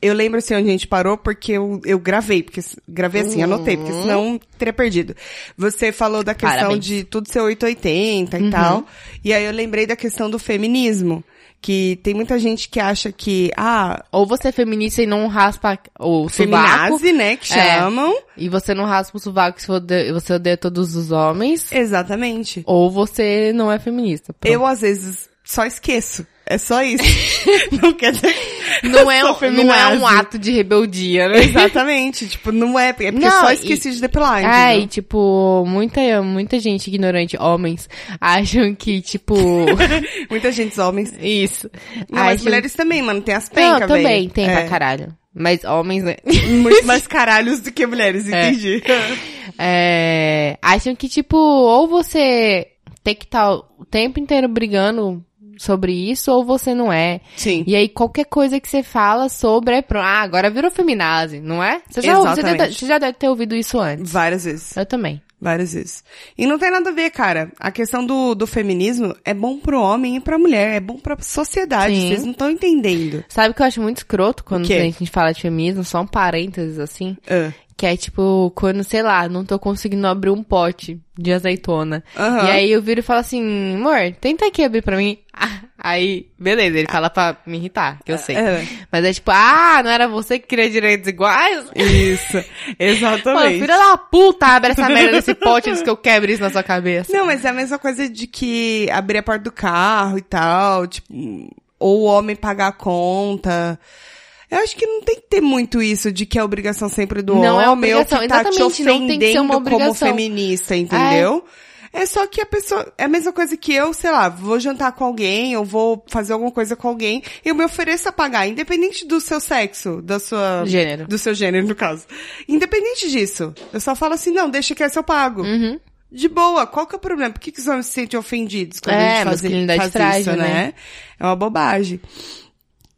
B: eu lembro assim onde a gente parou porque eu, eu gravei, porque s- gravei assim, anotei, porque senão teria perdido. Você falou da questão
A: Uhum. Parabéns. Uhum.
B: de tudo ser 880 e tal. E aí eu lembrei da questão do feminismo. Que tem muita gente que acha que, ah,
A: Ou você é feminista e não raspa o sovaco.
B: feminazi, né, que
A: É.
B: chamam.
A: E você não raspa o sovaco se você odeia- você odeia todos os homens.
B: Exatamente.
A: Ou você não é feminista. Pronto.
B: Eu, às vezes, só esqueço. É só isso. não quer dizer...
A: Não é,
B: Eu sou
A: um, não é um
B: feminazi.
A: ato de rebeldia, né?
B: Exatamente. tipo, não é... É porque eu
A: Não,
B: só
A: e-
B: esqueci de depilar,
A: É,
B: entendeu?
A: e tipo, muita, muita gente ignorante, homens, acham que, tipo.
B: Muita gente, os homens...
A: isso.
B: Não, mas
A: acham-
B: mulheres também, mano. Tem as
A: Não,
B: pencas, velho.
A: também tem tá?
B: é.
A: pra caralho. Mas homens, né?
B: Muito mais caralhos do que mulheres, entendi.
A: É, acham que, tipo, ou você tem que estar o tempo inteiro brigando sobre isso, ou você não é.
B: Sim.
A: E aí, qualquer coisa que você fala sobre é pro. Ah, agora virou feminazi, não é? Você já, você
B: Exatamente.
A: deve- você já deve ter ouvido isso antes.
B: Várias vezes.
A: Eu também.
B: Várias vezes. E não tem nada a ver, cara. A questão do, do feminismo é bom pro homem e pra mulher. É bom pra sociedade.
A: Sim.
B: Vocês não estão entendendo.
A: Sabe o que eu acho muito escroto quando
B: O
A: a
B: quê?
A: gente fala de feminismo? Só um parênteses, assim.
B: Ah.
A: Que é tipo, quando, sei lá, não tô conseguindo abrir um pote de azeitona.
B: Aham.
A: E aí eu viro e falo assim, amor, tenta aqui abrir pra mim. Aí, beleza, ele fala pra me irritar, que eu sei.
B: É.
A: Mas é tipo, ah, não era você que queria direitos iguais?
B: É, Isso.
A: Mano,
B: Exatamente.
A: filha da puta, abre essa merda desse pote antes que eu quebre isso na sua cabeça.
B: Não, mas é a mesma coisa de que abrir a porta do carro e tal, tipo, ou o homem pagar a conta. Eu acho que não tem que ter muito isso de que é obrigação sempre do
A: Não
B: homem
A: é
B: ou que
A: obrigação,
B: tá te
A: exatamente, não tem que ser
B: ofendendo
A: uma
B: como
A: obrigação.
B: feminista, entendeu? É só que a pessoa. É a mesma coisa que eu, sei lá, vou jantar com alguém, ou vou fazer alguma coisa com alguém, eu me ofereço a pagar, independente do seu sexo, da sua.
A: Gênero.
B: Do seu gênero, no caso. Independente disso. Eu só falo assim, não, deixa que essa eu pago.
A: Uhum.
B: De boa, qual que é o problema? Por que, que os homens se sentem ofendidos quando
A: É,
B: a gente faz,
A: masculinidade
B: faz
A: frágil,
B: isso, né?
A: né?
B: É uma bobagem.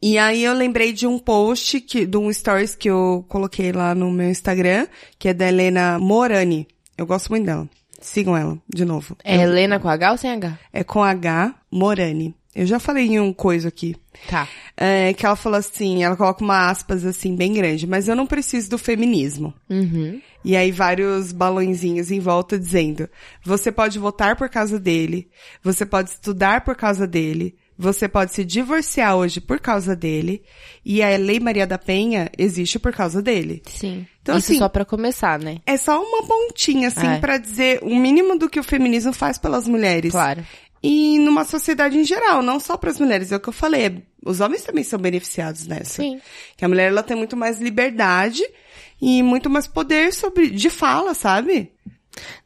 B: E aí eu lembrei de um post, que, de um stories que eu coloquei lá no meu Instagram, que é da Helena Morani. Eu gosto muito dela. Sigam ela, de novo.
A: É Helena com H ou sem H?
B: É com H Morani. Eu já falei em um coisa aqui.
A: Tá.
B: É, que ela falou assim, ela coloca uma aspas assim bem grande, mas eu não preciso do feminismo.
A: Uhum.
B: E aí vários balãozinhos em volta dizendo: você pode votar por causa dele, você pode estudar por causa dele, você pode se divorciar hoje por causa dele, e a Lei Maria da Penha existe por causa dele.
A: Sim.
B: Então,
A: Isso
B: assim-
A: só pra começar, né?
B: É só uma pontinha assim
A: É.
B: pra dizer o mínimo do que o feminismo faz pelas mulheres.
A: Claro.
B: E numa sociedade em geral, não só pras mulheres, é o que eu falei, é- os homens também são beneficiados nessa.
A: Sim.
B: Que a mulher ela tem muito mais liberdade e muito mais poder sobre de fala, sabe?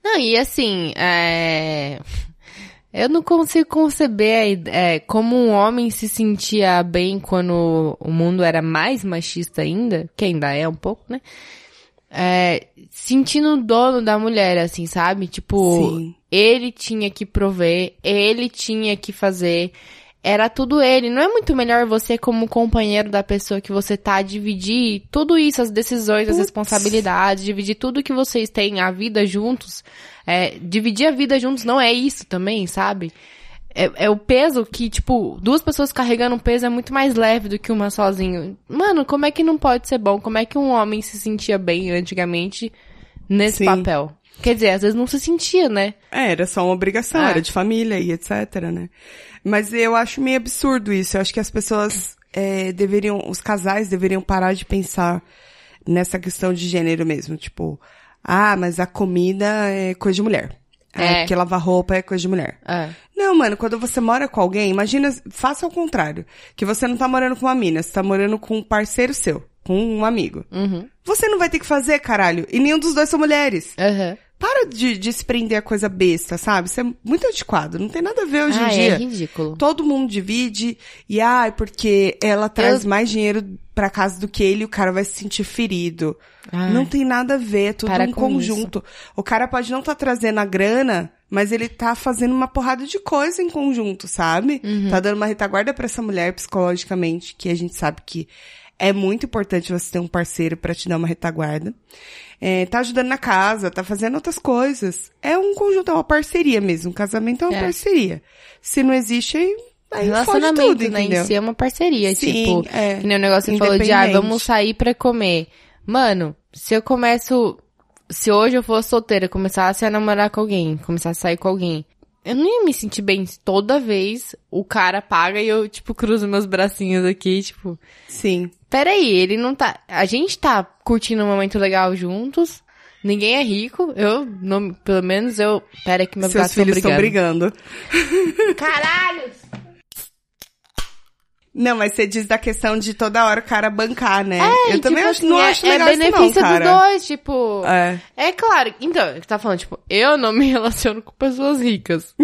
A: Não, e assim, é... eu não consigo conceber a ide- é, como um homem se sentia bem quando o mundo era mais machista ainda, que ainda é um pouco, né? É, sentindo o dono da mulher, assim, sabe? Tipo,
B: Sim.
A: ele tinha que prover, ele tinha que fazer. Era tudo ele. Não é muito melhor você, como companheiro da pessoa que você tá, dividir tudo isso, as decisões, as
B: Putz.
A: responsabilidades, dividir tudo que vocês têm, a vida juntos. É, dividir a vida juntos não é isso também, sabe? É, é o peso que, tipo, duas pessoas carregando um peso é muito mais leve do que uma sozinho. Mano, como é que não pode ser bom? Como é que um homem se sentia bem antigamente nesse
B: Sim.
A: papel? Quer dizer, às vezes não se sentia, né?
B: É, era só uma obrigação,
A: É.
B: era de família e etc, né? Mas eu acho meio absurdo isso. Eu acho que as pessoas é, deveriam, os casais deveriam parar de pensar nessa questão de gênero mesmo. Tipo, ah, mas a comida é coisa de mulher. Ah,
A: É.
B: porque lavar roupa é coisa de mulher.
A: É.
B: Não, mano, quando você mora com alguém, imagina, faça ao contrário. Que você não tá morando com uma mina, você tá morando com um parceiro seu, com um amigo.
A: Uhum.
B: Você não vai ter que fazer, caralho. E nenhum dos dois são mulheres.
A: Aham.
B: Para de, de se prender a coisa besta, sabe? Isso é muito antiquado. Não tem nada a ver hoje
A: ah,
B: em dia.
A: é ridículo.
B: Todo mundo divide. E, ai, porque ela traz mais dinheiro pra casa do que ele, o cara vai se sentir ferido.
A: Ai.
B: Não tem nada a ver, é tudo
A: Ah, Para
B: um
A: com
B: conjunto. O cara pode não estar trazendo a grana, mas ele tá fazendo uma porrada de coisa em conjunto, sabe?
A: Uhum.
B: Tá dando uma retaguarda pra essa mulher psicologicamente, que a gente sabe que é muito importante você ter um parceiro pra te dar uma retaguarda. É, tá ajudando na casa, tá fazendo outras coisas. É um conjunto, é uma parceria mesmo. Um casamento é uma
A: É.
B: parceria. Se não existe, aí, aí fode
A: Relacionamento,
B: tudo,
A: né?
B: entendeu?
A: Em si é uma parceria.
B: Sim,
A: tipo,
B: é.
A: que nem o negócio que você falou de, ah,
B: Independente.
A: vamos sair pra comer. Mano, se eu começo... Se hoje eu fosse solteira, começasse a namorar com alguém, começasse a sair com alguém, eu não ia me sentir bem se toda vez. O cara paga e eu, tipo, cruzo meus bracinhos aqui, tipo...
B: Sim.
A: Peraí, ele não tá. A gente tá curtindo um momento legal juntos. Ninguém é rico. Eu, não- pelo menos eu. Pera aí que meus
B: Seus
A: gatos estão
B: filhos estão
A: brigando.
B: brigando.
A: Caralho!
B: Não, mas você diz da questão de toda hora o cara bancar, né?
A: É,
B: eu
A: tipo
B: também acho-
A: assim,
B: não
A: é,
B: acho
A: é
B: legal isso
A: benefício
B: não, cara.
A: dos dois, tipo.
B: É.
A: É claro, então, é que tá falando, tipo, eu não me relaciono com pessoas ricas.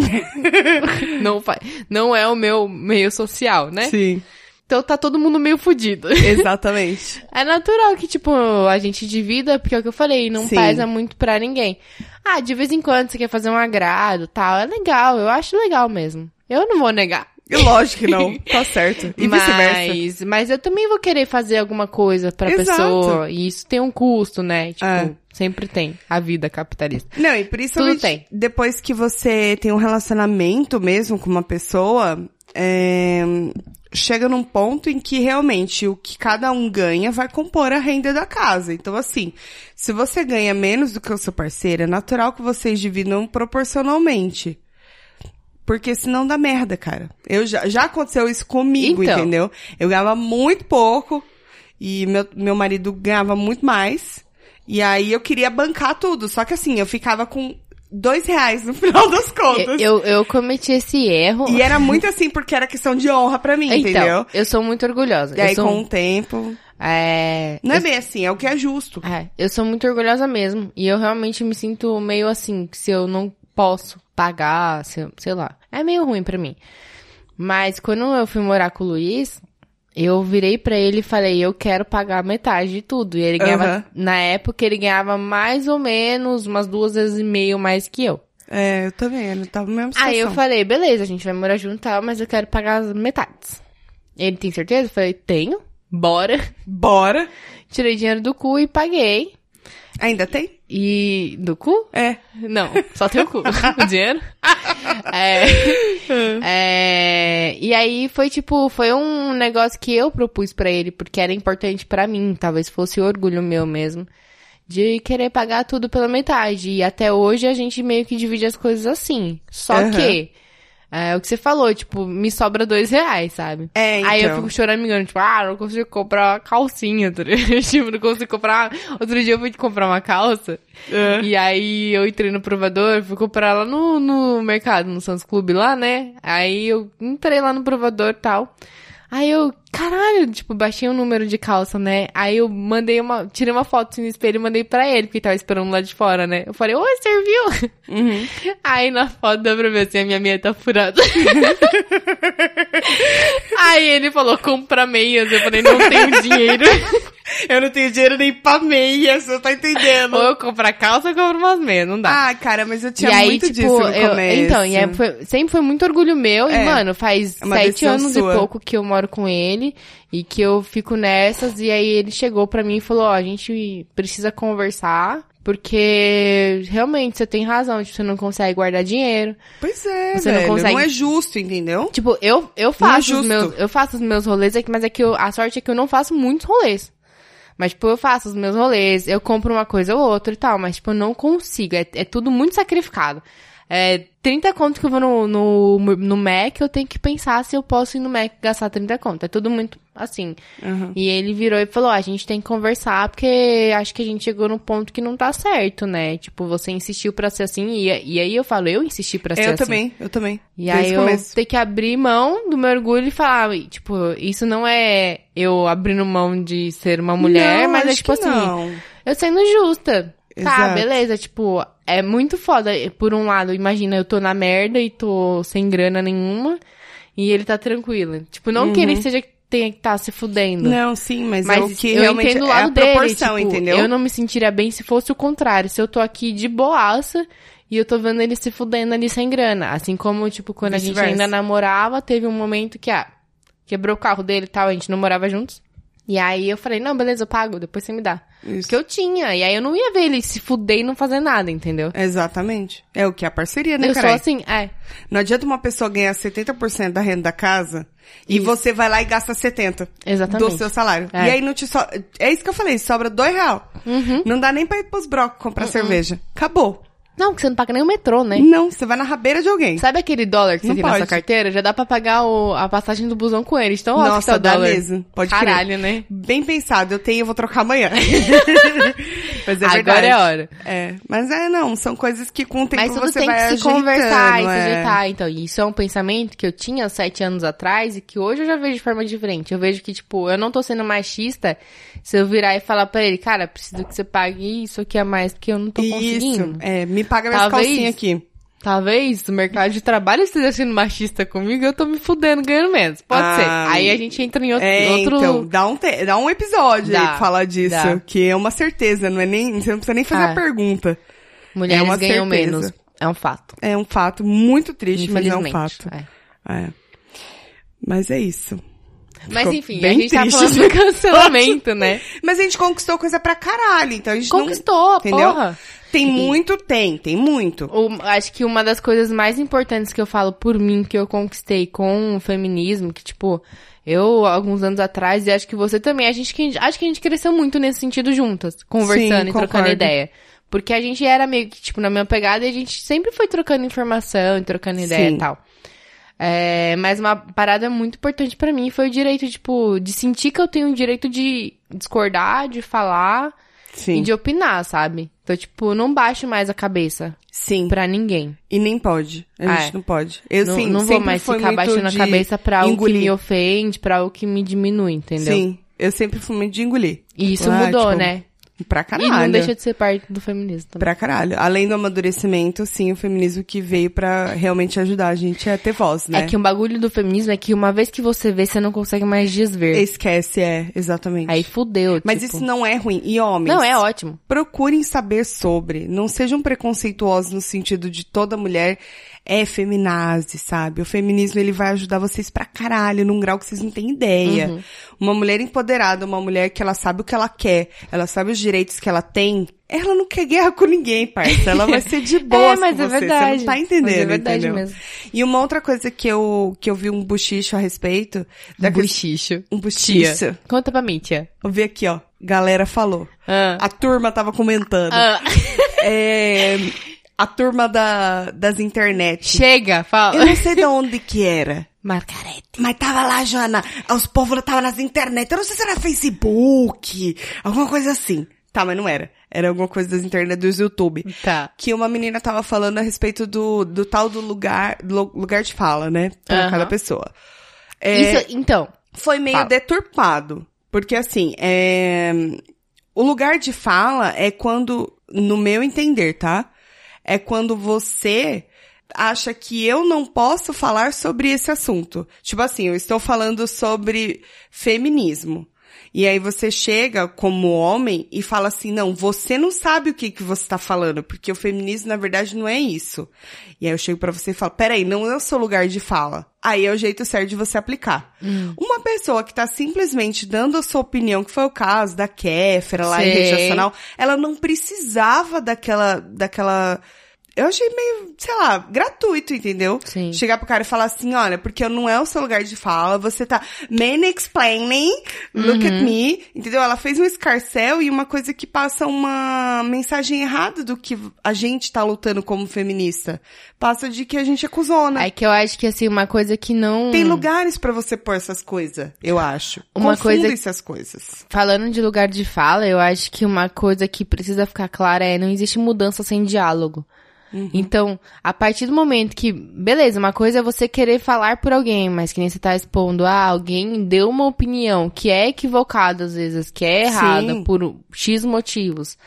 A: não, faz, não é o meu meio social, né?
B: Sim,
A: Então tá todo mundo meio fudido.
B: exatamente.
A: É natural que, tipo, a gente divida, porque é o que eu falei, não
B: Sim.
A: pesa muito pra ninguém. Ah, de vez em quando você quer fazer um agrado tal, é legal, eu acho legal mesmo. Eu não vou negar.
B: E Lógico que não, tá certo. E vice-versa.
A: mas, mas eu também vou querer fazer alguma coisa pra
B: Exato.
A: pessoa. E isso tem um custo, né? Tipo,
B: É.
A: sempre tem. A vida capitalista.
B: Não, e principalmente
A: Tudo tem.
B: depois que você tem um relacionamento mesmo com uma pessoa, é, chega num ponto em que realmente o que cada um ganha vai compor a renda da casa. Então, assim, se você ganha menos do que o seu parceiro, é natural que vocês dividam proporcionalmente. Porque senão dá merda, cara. Eu já, já aconteceu isso comigo,
A: Então.
B: entendeu? Eu ganhava muito pouco e meu, meu marido ganhava muito mais. E aí eu queria bancar tudo. Só que assim, eu ficava com dois reais no final das
A: Eu,
B: contas.
A: eu, eu cometi esse erro.
B: E era muito assim, porque era questão de honra pra mim, entendeu?
A: então, eu sou muito orgulhosa.
B: E aí
A: eu sou, um,
B: com o tempo.
A: é,
B: Não é bem assim, é o que é justo.
A: É, eu sou muito orgulhosa mesmo. E eu realmente me sinto meio assim, que se eu não posso pagar, se eu- sei lá. É meio ruim pra mim. Mas quando eu fui morar com o Luiz, eu virei pra ele e falei, eu quero pagar metade de tudo. E ele ganhava,
B: Aham.
A: na época, ele ganhava mais ou menos umas duas vezes e meio mais que eu.
B: É, eu também, eu tava na mesma
A: Aí eu
B: situação.
A: falei, beleza, a gente vai morar junto e tal, mas eu quero pagar as metades. Ele tem certeza? Eu falei, tenho, bora.
B: Bora.
A: Tirei dinheiro do cu e paguei.
B: Ainda tem?
A: E do cu?
B: É.
A: Não, só tem o cu. o dinheiro. É, É, e aí foi tipo, foi um negócio que eu propus pra ele, porque era importante pra mim, talvez fosse orgulho meu mesmo, de querer pagar tudo pela metade. E até hoje a gente meio que divide as coisas assim. Só
B: Aham.
A: que, é o que você falou, tipo, me sobra dois reais, sabe?
B: É, então.
A: Aí eu fico choramingando, tipo, ah, não consigo comprar uma calcinha, tá ligado? tipo, não consigo comprar. Outro dia eu fui comprar uma calça,
B: É.
A: e aí eu entrei no provador, fui comprar lá no, no mercado, no Santos Clube lá, né? Aí eu entrei lá no provador e tal. Aí eu, caralho, tipo, baixei o número de calça, né? Aí eu mandei uma, tirei uma foto assim no espelho e mandei pra ele, porque tava esperando lá de fora, né? Eu falei, oi, serviu?
B: Uhum.
A: Aí na foto dá pra ver assim, a minha meia tá furada. Aí ele falou, compra meias. Eu falei, não tenho dinheiro.
B: Eu não tenho dinheiro nem pra meia, você tá entendendo?
A: Ou eu compro a calça ou eu compro umas meias, não dá.
B: Ah, cara, mas eu tinha muito disso no
A: eu-
B: começo.
A: então, e é- foi- sempre foi muito orgulho meu.
B: É.
A: e, mano, faz
B: É uma
A: sete
B: decisão
A: anos
B: sua.
A: e pouco que eu moro com ele e que eu fico nessas. E aí ele chegou pra mim e falou: Ó, a gente precisa conversar. Porque realmente você tem razão, tipo, você não consegue guardar dinheiro.
B: Pois é,
A: Você não
B: velho. Não,
A: consegue-
B: é justo, entendeu?
A: Tipo, eu, eu
B: Não é
A: faço os
B: justo.
A: meus, eu faço os meus rolês, é que- mas é que eu- a sorte é que eu não faço muitos rolês. Mas, tipo, eu faço os meus rolês, eu compro uma coisa ou outra e tal, mas, tipo, eu não consigo. É, é tudo muito sacrificado. É, 30 conto que eu vou no, no, no Mac, eu tenho que pensar se eu posso ir no Mac gastar 30 conto. É tudo muito assim.
B: Aham.
A: E ele virou e falou: "Ó, a gente tem que conversar, porque acho que a gente chegou num ponto que não tá certo, né? Tipo, você insistiu pra ser assim, e, e aí eu falo, eu insisti pra ser
B: Eu
A: assim.
B: também, eu também.
A: E
B: Desde
A: aí
B: o
A: eu
B: começo.
A: ter que abrir mão do meu orgulho e falar, e, tipo, isso não é eu abrindo mão de ser uma mulher,
B: Não,
A: mas é
B: acho
A: tipo
B: que
A: assim,
B: não.
A: eu sendo justa. Tá,
B: Exato.
A: beleza, tipo, é muito foda. Por um lado, imagina, eu tô na merda e tô sem grana nenhuma, e ele tá tranquilo. Tipo, não que
B: Uhum.
A: ele seja tenha que tá se fudendo.
B: Não, sim, mas, é o
A: Mas
B: que
A: eu
B: realmente
A: entendo o
B: é
A: lado
B: a
A: dele,
B: proporção,
A: tipo,
B: entendeu?
A: Eu não me sentiria bem se fosse o contrário. Se eu tô aqui de boaça e eu tô vendo ele se fudendo ali sem grana. Assim como, tipo, quando a
B: Vice-versa.
A: gente ainda namorava, teve um momento que, ah, quebrou o carro dele e tal, a gente não morava juntos. E aí eu falei, não, beleza, eu pago, depois você me dá.
B: Isso.
A: Porque eu tinha, e aí eu não ia ver ele se fuder e não fazer nada, entendeu?
B: Exatamente. É o que é a parceria, né,
A: eu sou
B: cara?
A: assim, é.
B: Não adianta uma pessoa ganhar 70% da renda da casa e
A: Isso.
B: você vai lá e gasta 70%
A: Exatamente.
B: do seu salário.
A: É.
B: E aí não te so... É isso que eu falei, sobra dois real.
A: Uhum.
B: Não dá nem pra ir pros brocos comprar cerveja. Acabou.
A: Não, que você não paga nem o metrô, né?
B: Não, você vai na rabeira de alguém.
A: Sabe aquele dólar que você
B: Não
A: tem na
B: pode.
A: sua carteira? Já dá pra pagar o- a passagem do busão com ele. Então, ó, que tá
B: Nossa,
A: o
B: dá
A: dólar.
B: mesmo. Pode crer.
A: Caralho, né?
B: Bem pensado, eu tenho, eu vou trocar amanhã. mas é
A: Agora
B: verdade.
A: é a hora.
B: É, mas é, não, são coisas que com o tempo
A: Mas tudo
B: você
A: tem
B: vai
A: que se
B: ajeitando,
A: conversar e se
B: é.
A: ajeitar. Então, isso é um pensamento que eu tinha sete anos atrás e que hoje eu já vejo de forma diferente. Eu vejo que, tipo, eu não tô sendo machista se eu virar e falar pra ele, cara, preciso que você pague isso aqui a mais porque eu não tô
B: Isso,
A: conseguindo.
B: é, me paga minhas
A: Talvez.
B: calcinhas aqui.
A: Talvez o mercado de trabalho esteja sendo machista comigo e eu tô me fudendo ganhando menos. Pode
B: Ah,
A: ser. Aí a gente entra em outro...
B: É,
A: outro...
B: então, dá um, te- dá um episódio aí
A: Dá,
B: pra falar disso,
A: dá.
B: que é uma certeza, não é nem, você não precisa nem fazer
A: É.
B: a pergunta.
A: Mulheres
B: é uma
A: ganham
B: certeza.
A: menos. É um fato.
B: É um fato muito triste, mas é um
A: Infelizmente.
B: fato.
A: É.
B: É. Mas é isso.
A: Mas
B: Ficou
A: enfim, a
B: bem
A: gente tá
B: triste
A: falando do cancelamento, né?
B: Mas a gente conquistou coisa pra caralho, então a gente
A: Conquistou,
B: não... Entendeu?
A: porra.
B: Tem muito, tem, tem muito.
A: O- acho que uma das coisas mais importantes que eu falo por mim, que eu conquistei com o feminismo, que, tipo, eu, alguns anos atrás, e acho que você também, a gente, que- acho que a gente cresceu muito nesse sentido juntas, conversando
B: Sim,
A: e trocando
B: concordo.
A: ideia. Porque a gente era meio que, tipo, na minha pegada, e a gente sempre foi trocando informação e trocando ideia
B: Sim.
A: e tal. É, mas uma parada muito importante pra mim foi o direito, tipo, de sentir que eu tenho o direito de discordar, de falar e
B: Sim,
A: de opinar, sabe? Então, tipo, não baixo mais a cabeça
B: sim.
A: pra ninguém.
B: E nem pode. A
A: Ah,
B: gente não pode. Eu,
A: não,
B: sim,
A: não vou
B: sempre
A: mais
B: fui
A: ficar
B: muito
A: baixando a
B: de
A: cabeça pra algo que me
B: engolir.
A: ofende, pra algo que me diminui, entendeu?
B: Sim, eu sempre fui muito de engolir.
A: E isso
B: Ah,
A: mudou,
B: tipo,
A: né?
B: Pra caralho.
A: E não deixa de ser parte do feminismo também.
B: Pra caralho. Além do amadurecimento, sim, o feminismo que veio pra realmente ajudar a gente a ter voz, né?
A: É que um bagulho do feminismo é que uma vez que você vê, você não consegue mais desver.
B: Esquece, é, exatamente.
A: Aí fudeu,
B: Mas
A: tipo.
B: isso não é ruim. E homens?
A: Não, é ótimo.
B: Procurem saber sobre. Não sejam preconceituosos no sentido de toda mulher é feminazi, sabe? O feminismo ele vai ajudar vocês pra caralho, num grau que vocês não têm ideia.
A: Uhum.
B: Uma mulher empoderada, uma mulher que ela sabe o que ela quer, ela sabe os direitos que ela tem, Ela não quer guerra com ninguém, parça. Ela vai ser de boa
A: É, mas
B: com
A: é
B: você. Você
A: verdade.
B: não tá entendendo,
A: Mas é verdade
B: entendeu?
A: mesmo.
B: E uma outra coisa que eu, que eu vi um bochicho a respeito... da que-
A: Buchicho.
B: Um bochicho.
A: Conta pra mim, tia.
B: Eu vi aqui, ó. Galera falou.
A: Ah.
B: A turma tava comentando.
A: Ah.
B: É, a turma da, das internet.
A: Chega, fala.
B: Eu não sei de onde que era.
A: Margarete.
B: Mas tava lá, Joana. Os povos tava nas internet. Eu não sei se era Facebook, alguma coisa assim. Tá, mas não era. Era alguma coisa das internet dos YouTube.
A: Tá.
B: Que uma menina tava falando a respeito do, do tal do lugar, lu- lugar de fala, né? Pra
A: Aham.
B: cada pessoa. É,
A: Isso, então.
B: foi meio
A: Fala.
B: deturpado. Porque assim, é... o lugar de fala é quando, no meu entender, tá? É quando você acha que eu não posso falar sobre esse assunto. Tipo assim, eu estou falando sobre feminismo. E aí você chega como homem e fala assim, não, você não sabe o que, que você está falando, porque o feminismo, na verdade, não é isso. E aí eu chego pra você e falo, peraí, não é o seu lugar de fala. Aí é o jeito certo de você aplicar. Uma pessoa que tá simplesmente dando a sua opinião, que foi o caso da Kéfera lá em
A: Sei.
B: rede nacional, ela não precisava daquela, daquela... Eu achei meio, sei lá, gratuito, entendeu?
A: Sim.
B: Chegar pro cara e falar assim, olha, porque não é o seu lugar de fala, você tá man explaining, look
A: Uhum.
B: at me, entendeu? Ela fez um escarcel e uma coisa que passa uma mensagem errada do que a gente tá lutando como feminista. Passa de que a gente é cuzona.
A: É que eu acho que, assim, uma coisa que não...
B: Tem lugares pra você pôr essas coisas, eu acho.
A: Uma
B: Confundem
A: coisa-
B: essas coisas.
A: Falando de lugar de fala, eu acho que uma coisa que precisa ficar clara é não existe mudança sem diálogo. Então, a partir do momento que, beleza, uma coisa é você querer falar por alguém, mas que nem você tá expondo, ah, alguém deu uma opinião que é equivocada às vezes, que é errada
B: Sim.
A: por X motivos,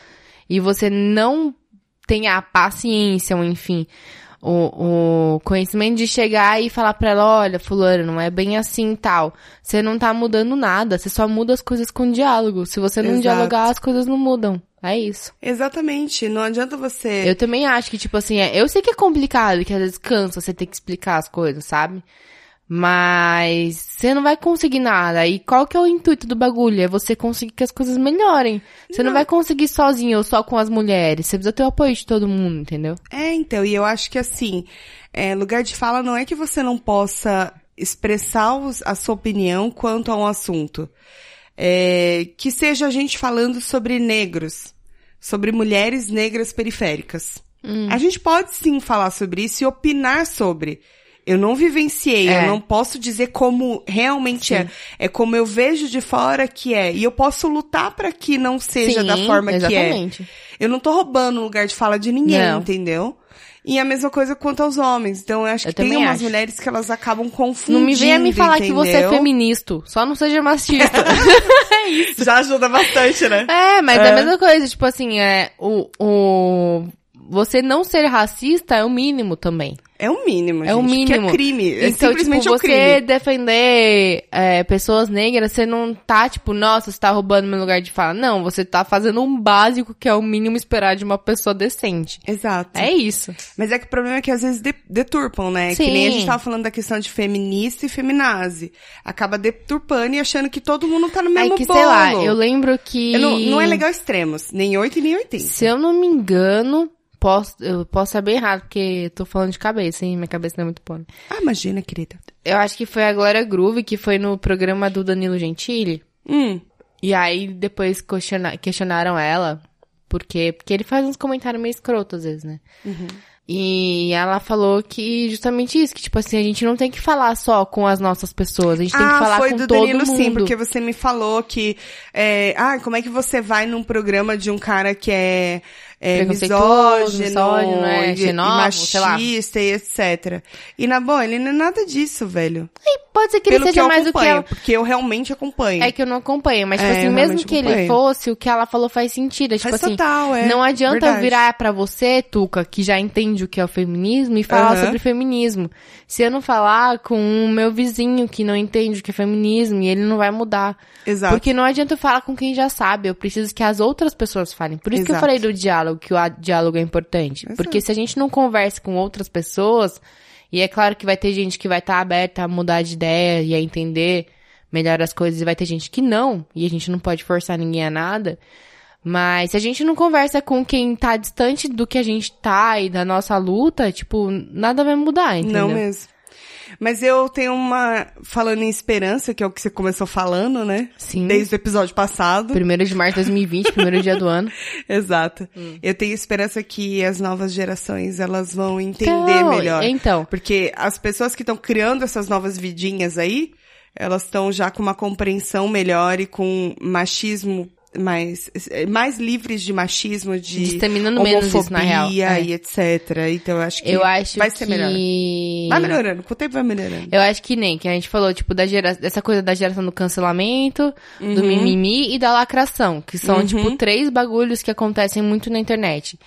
A: e você não tem a paciência, ou enfim, o, o conhecimento de chegar e falar pra ela, olha, fulano, não é bem assim e tal. Você não tá mudando nada, você só muda as coisas com diálogo. Se você não
B: Exato.
A: dialogar, as coisas não mudam. É isso.
B: Exatamente, não adianta você...
A: Eu também acho que, tipo assim, é- eu sei que é complicado, que às vezes cansa você ter que explicar as coisas, sabe? Mas você não vai conseguir nada. E qual que é o intuito do bagulho? É você conseguir que as coisas melhorem. Você não,
B: Não.
A: vai conseguir sozinho ou só com as mulheres. Você precisa ter o apoio de todo mundo, entendeu?
B: É, então, e eu acho que assim, é, lugar de fala não é que você não possa expressar os- a sua opinião quanto a um assunto. É, que seja a gente falando sobre negros, sobre mulheres negras periféricas. A gente pode sim falar sobre isso e opinar sobre. Eu não vivenciei,
A: É.
B: eu não posso dizer como realmente é. É como eu vejo de fora que é. E eu posso lutar para que não seja da forma que é.
A: exatamente.
B: Eu não tô roubando o lugar de fala de ninguém,
A: Não.
B: entendeu? E a mesma coisa quanto aos homens. Então, eu acho
A: Eu
B: que tem
A: também
B: umas
A: acho.
B: mulheres que elas acabam confundindo.
A: Não me venha me falar que você é
B: entendeu?
A: feminista. Só não seja machista.
B: Já ajuda bastante, né?
A: É, mas é.
B: É.
A: a mesma coisa, tipo assim, é, o, o, você não ser racista é o mínimo também.
B: É o mínimo,
A: É o
B: gente, porque
A: mínimo.
B: é crime. É
A: então,
B: simplesmente
A: tipo,
B: um
A: você
B: crime.
A: defender é, pessoas negras, você não tá, tipo, nossa, você tá roubando meu lugar de fala. Não, você tá fazendo um básico que é o mínimo esperado de uma pessoa decente.
B: Exato.
A: É isso.
B: Mas é que o problema é que às vezes de- deturpam, né?
A: Sim.
B: Que nem a gente tava falando da questão de feminista e feminazi. Acaba deturpando e achando que todo mundo tá no mesmo
A: é que,
B: bolo.
A: sei lá, eu lembro que...
B: Eu não, não é legal extremos. Nem 8 e nem 80.
A: Se eu não me engano, posso, eu posso saber errado, porque eu tô falando de cabeça, hein? Minha cabeça não é muito boa.
B: Ah, imagina, querida.
A: Eu acho que foi a Glória Groove que foi no programa do Danilo Gentili.
B: Hum.
A: E aí depois questiona- questionaram ela. Por quê? Porque ele faz uns comentários meio escroto às vezes, né?
B: Uhum.
A: E ela falou que justamente isso, que tipo assim, a gente não tem que falar só com as nossas pessoas, a gente tem que falar
B: Ah, foi
A: com
B: do
A: todo
B: Danilo,
A: mundo.
B: sim, porque você me falou que... é, ah, como é que você vai num programa de um cara que é, é
A: Preconceituoso,
B: misógino,
A: misógino, é,
B: e- e
A: xenófobo, sei lá.
B: machista e etc. E na boa, ele não é nada disso, velho.
A: Pode ser que ele
B: Pelo
A: seja
B: que eu
A: mais do que
B: acompanho,
A: ela.
B: porque eu realmente acompanho.
A: É que eu não acompanho, mas tipo
B: É,
A: assim,
B: eu
A: mesmo
B: realmente
A: que ele
B: acompanho.
A: fosse, o que ela falou faz sentido. É, tipo
B: Faz
A: assim,
B: total, é.
A: Não adianta eu
B: Verdade.
A: virar pra você, Tuca, que já entende o que é o feminismo, e falar
B: Aham.
A: sobre feminismo. Se eu não falar com o meu vizinho que não entende o que é feminismo, e ele não vai mudar.
B: Exato.
A: é Porque não adianta eu falar com quem já sabe, eu preciso que as outras pessoas falem. Por isso que eu
B: Exato.
A: falei do diálogo, que o a- diálogo é importante.
B: Exato.
A: Porque se a gente não conversa com outras pessoas, e é claro que vai ter gente que vai estar aberta a mudar de ideia e a entender melhor as coisas, e vai ter gente que não, e a gente não pode forçar ninguém a nada. Mas se a gente não conversa com quem tá distante do que a gente tá e da nossa luta, tipo, nada vai mudar, entendeu?
B: Não mesmo. Mas eu tenho uma. Falando em esperança, que é o que você começou falando, né?
A: Sim.
B: Desde o episódio passado.
A: Primeiro de março de 2020, primeiro dia do ano.
B: Exato.
A: Hum.
B: Eu tenho esperança que as novas gerações elas vão entender
A: Então,
B: melhor.
A: Então,
B: Porque as pessoas que estão criando essas novas vidinhas aí, elas estão já com uma compreensão melhor e com machismo mais, mais livres de machismo, de
A: Disseminando menos isso, na real.
B: homofobia
A: É.
B: e etc. Então eu acho que
A: eu acho
B: vai ser
A: que...
B: melhor. Vai melhorando, com o tempo vai melhorando.
A: Eu acho que nem, que a gente falou, tipo, da gera... dessa coisa da geração do cancelamento, É, do
B: Uhum.
A: mimimi e da lacração, que são, tipo, três bagulhos que acontecem muito na internet.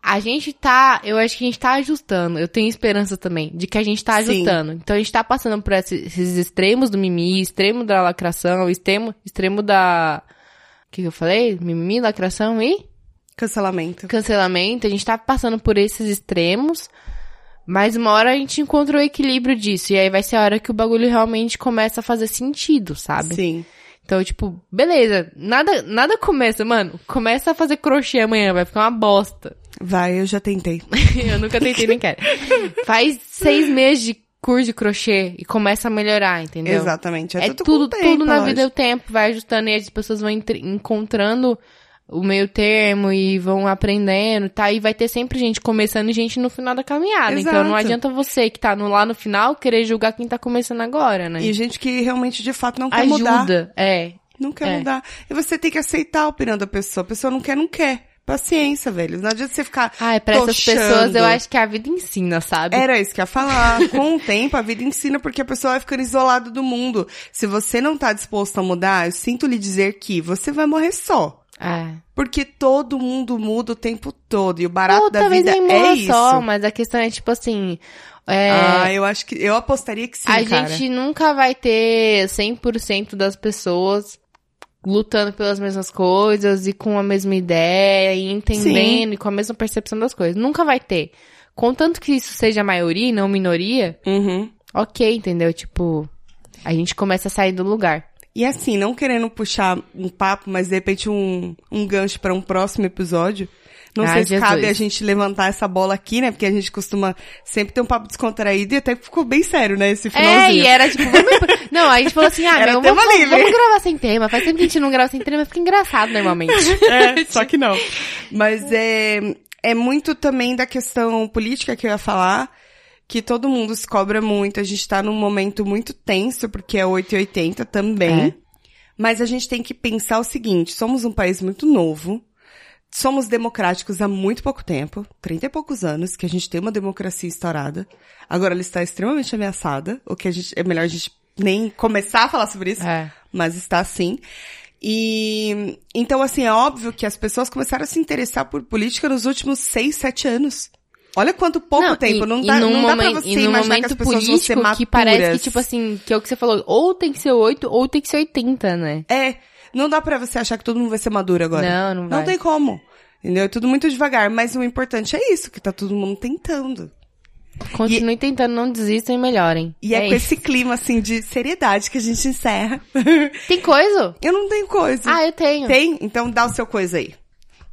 A: A gente tá, eu acho que a gente tá ajustando, eu tenho esperança também, de que a gente tá
B: Sim.
A: ajustando. Então a gente tá passando por esses, esses extremos do mimimi, extremo da lacração, extremo, extremo da... O que que eu falei? Mimimi, lacração e
B: Cancelamento.
A: cancelamento, a gente tá passando por esses extremos, mas uma hora a gente encontra o equilíbrio disso, e aí vai ser a hora que o bagulho realmente começa a fazer sentido, sabe?
B: Sim.
A: Então, tipo, beleza, nada, nada começa, mano, começa a fazer crochê amanhã, vai ficar uma bosta.
B: Vai, eu já tentei.
A: Eu nunca tentei, nem quero. Faz seis meses de curso de crochê e começa a melhorar, entendeu?
B: Exatamente. É,
A: É
B: tudo,
A: tudo,
B: com o
A: tudo,
B: tempo,
A: na
B: lógico.
A: vida é o tempo, vai ajustando e as pessoas vão entre- encontrando o meio termo e vão aprendendo, tá? E vai ter sempre gente começando e gente no final da caminhada. Então não
B: Exato.
A: adianta você que tá no, lá no final querer julgar quem tá começando agora, né?
B: E gente que realmente, de fato, não quer mudar.
A: Ajuda, é.
B: Não quer
A: É.
B: mudar. E você tem que aceitar a opinião da pessoa. A pessoa não quer, não quer. Paciência, velho. Não adianta você ficar.
A: Ai, Ah, é pra essas
B: tochando.
A: pessoas eu acho que a vida ensina, sabe?
B: Era isso que eu ia falar. Com o tempo, a vida ensina porque a pessoa vai ficando isolada do mundo. Se você não tá disposto a mudar, eu sinto lhe dizer que você vai morrer só.
A: É.
B: Porque todo mundo muda o tempo todo. E o barato
A: Ou
B: da
A: talvez
B: vida
A: nem
B: é
A: morra
B: isso.
A: só, mas a questão é tipo assim. É,
B: Ah, eu acho que. Eu apostaria que sim,
A: a
B: cara.
A: gente nunca vai ter 100% das pessoas lutando pelas mesmas coisas e com a mesma ideia e entendendo e com a mesma percepção das coisas. Nunca vai ter. Contanto que isso seja maioria e não minoria,
B: Uhum.
A: ok, entendeu? Tipo, a gente começa a sair do lugar.
B: E assim, não querendo puxar um papo, mas de repente um, um gancho para um próximo episódio. Não
A: Ai,
B: sei se
A: Ah, Jesus.
B: cabe a gente levantar essa bola aqui, né? Porque a gente costuma sempre ter um papo descontraído e até ficou bem sério, né? Esse
A: É,
B: finalzinho.
A: e era tipo, vamos... Não, a gente falou assim, ah,
B: Era
A: meu,
B: tema
A: vamos, vamos-
B: livre.
A: vamos gravar sem tema. Faz tempo que a gente não grava sem tema, fica engraçado normalmente.
B: É, só que não. Mas é, é muito também da questão política que eu ia falar, que todo mundo se cobra muito. A gente tá num momento muito tenso, porque é 880 também.
A: É.
B: Mas a gente tem que pensar o seguinte, somos um país muito novo, somos democráticos há muito pouco tempo, 30 e poucos anos, que a gente tem uma democracia instaurada. Agora ela está extremamente ameaçada, o que a gente, é melhor a gente nem começar a falar sobre isso
A: É.
B: mas está sim. E então, assim, é óbvio que as pessoas começaram a se interessar por política nos últimos seis, sete anos. Olha quanto pouco tempo, não dá,
A: num
B: não dá pra
A: momen-
B: você
A: e num
B: imaginar que as
A: momento
B: pessoas vão ser
A: político
B: maturas.
A: que parece que, tipo assim, que é o que você falou, ou tem que ser 8 ou tem que ser 80, né?
B: É, não dá pra você achar que todo mundo vai ser maduro agora.
A: Não, não vai.
B: Não tem como. Entendeu? É tudo muito devagar, mas o importante é isso, que tá todo mundo tentando.
A: Continuem tentando, não desistam e melhorem.
B: E é,
A: é
B: com
A: isso.
B: esse clima, assim, de seriedade que a gente encerra.
A: Tem coisa?
B: eu não tenho coisa.
A: Ah, eu tenho.
B: Tem? Então dá o seu coisa aí.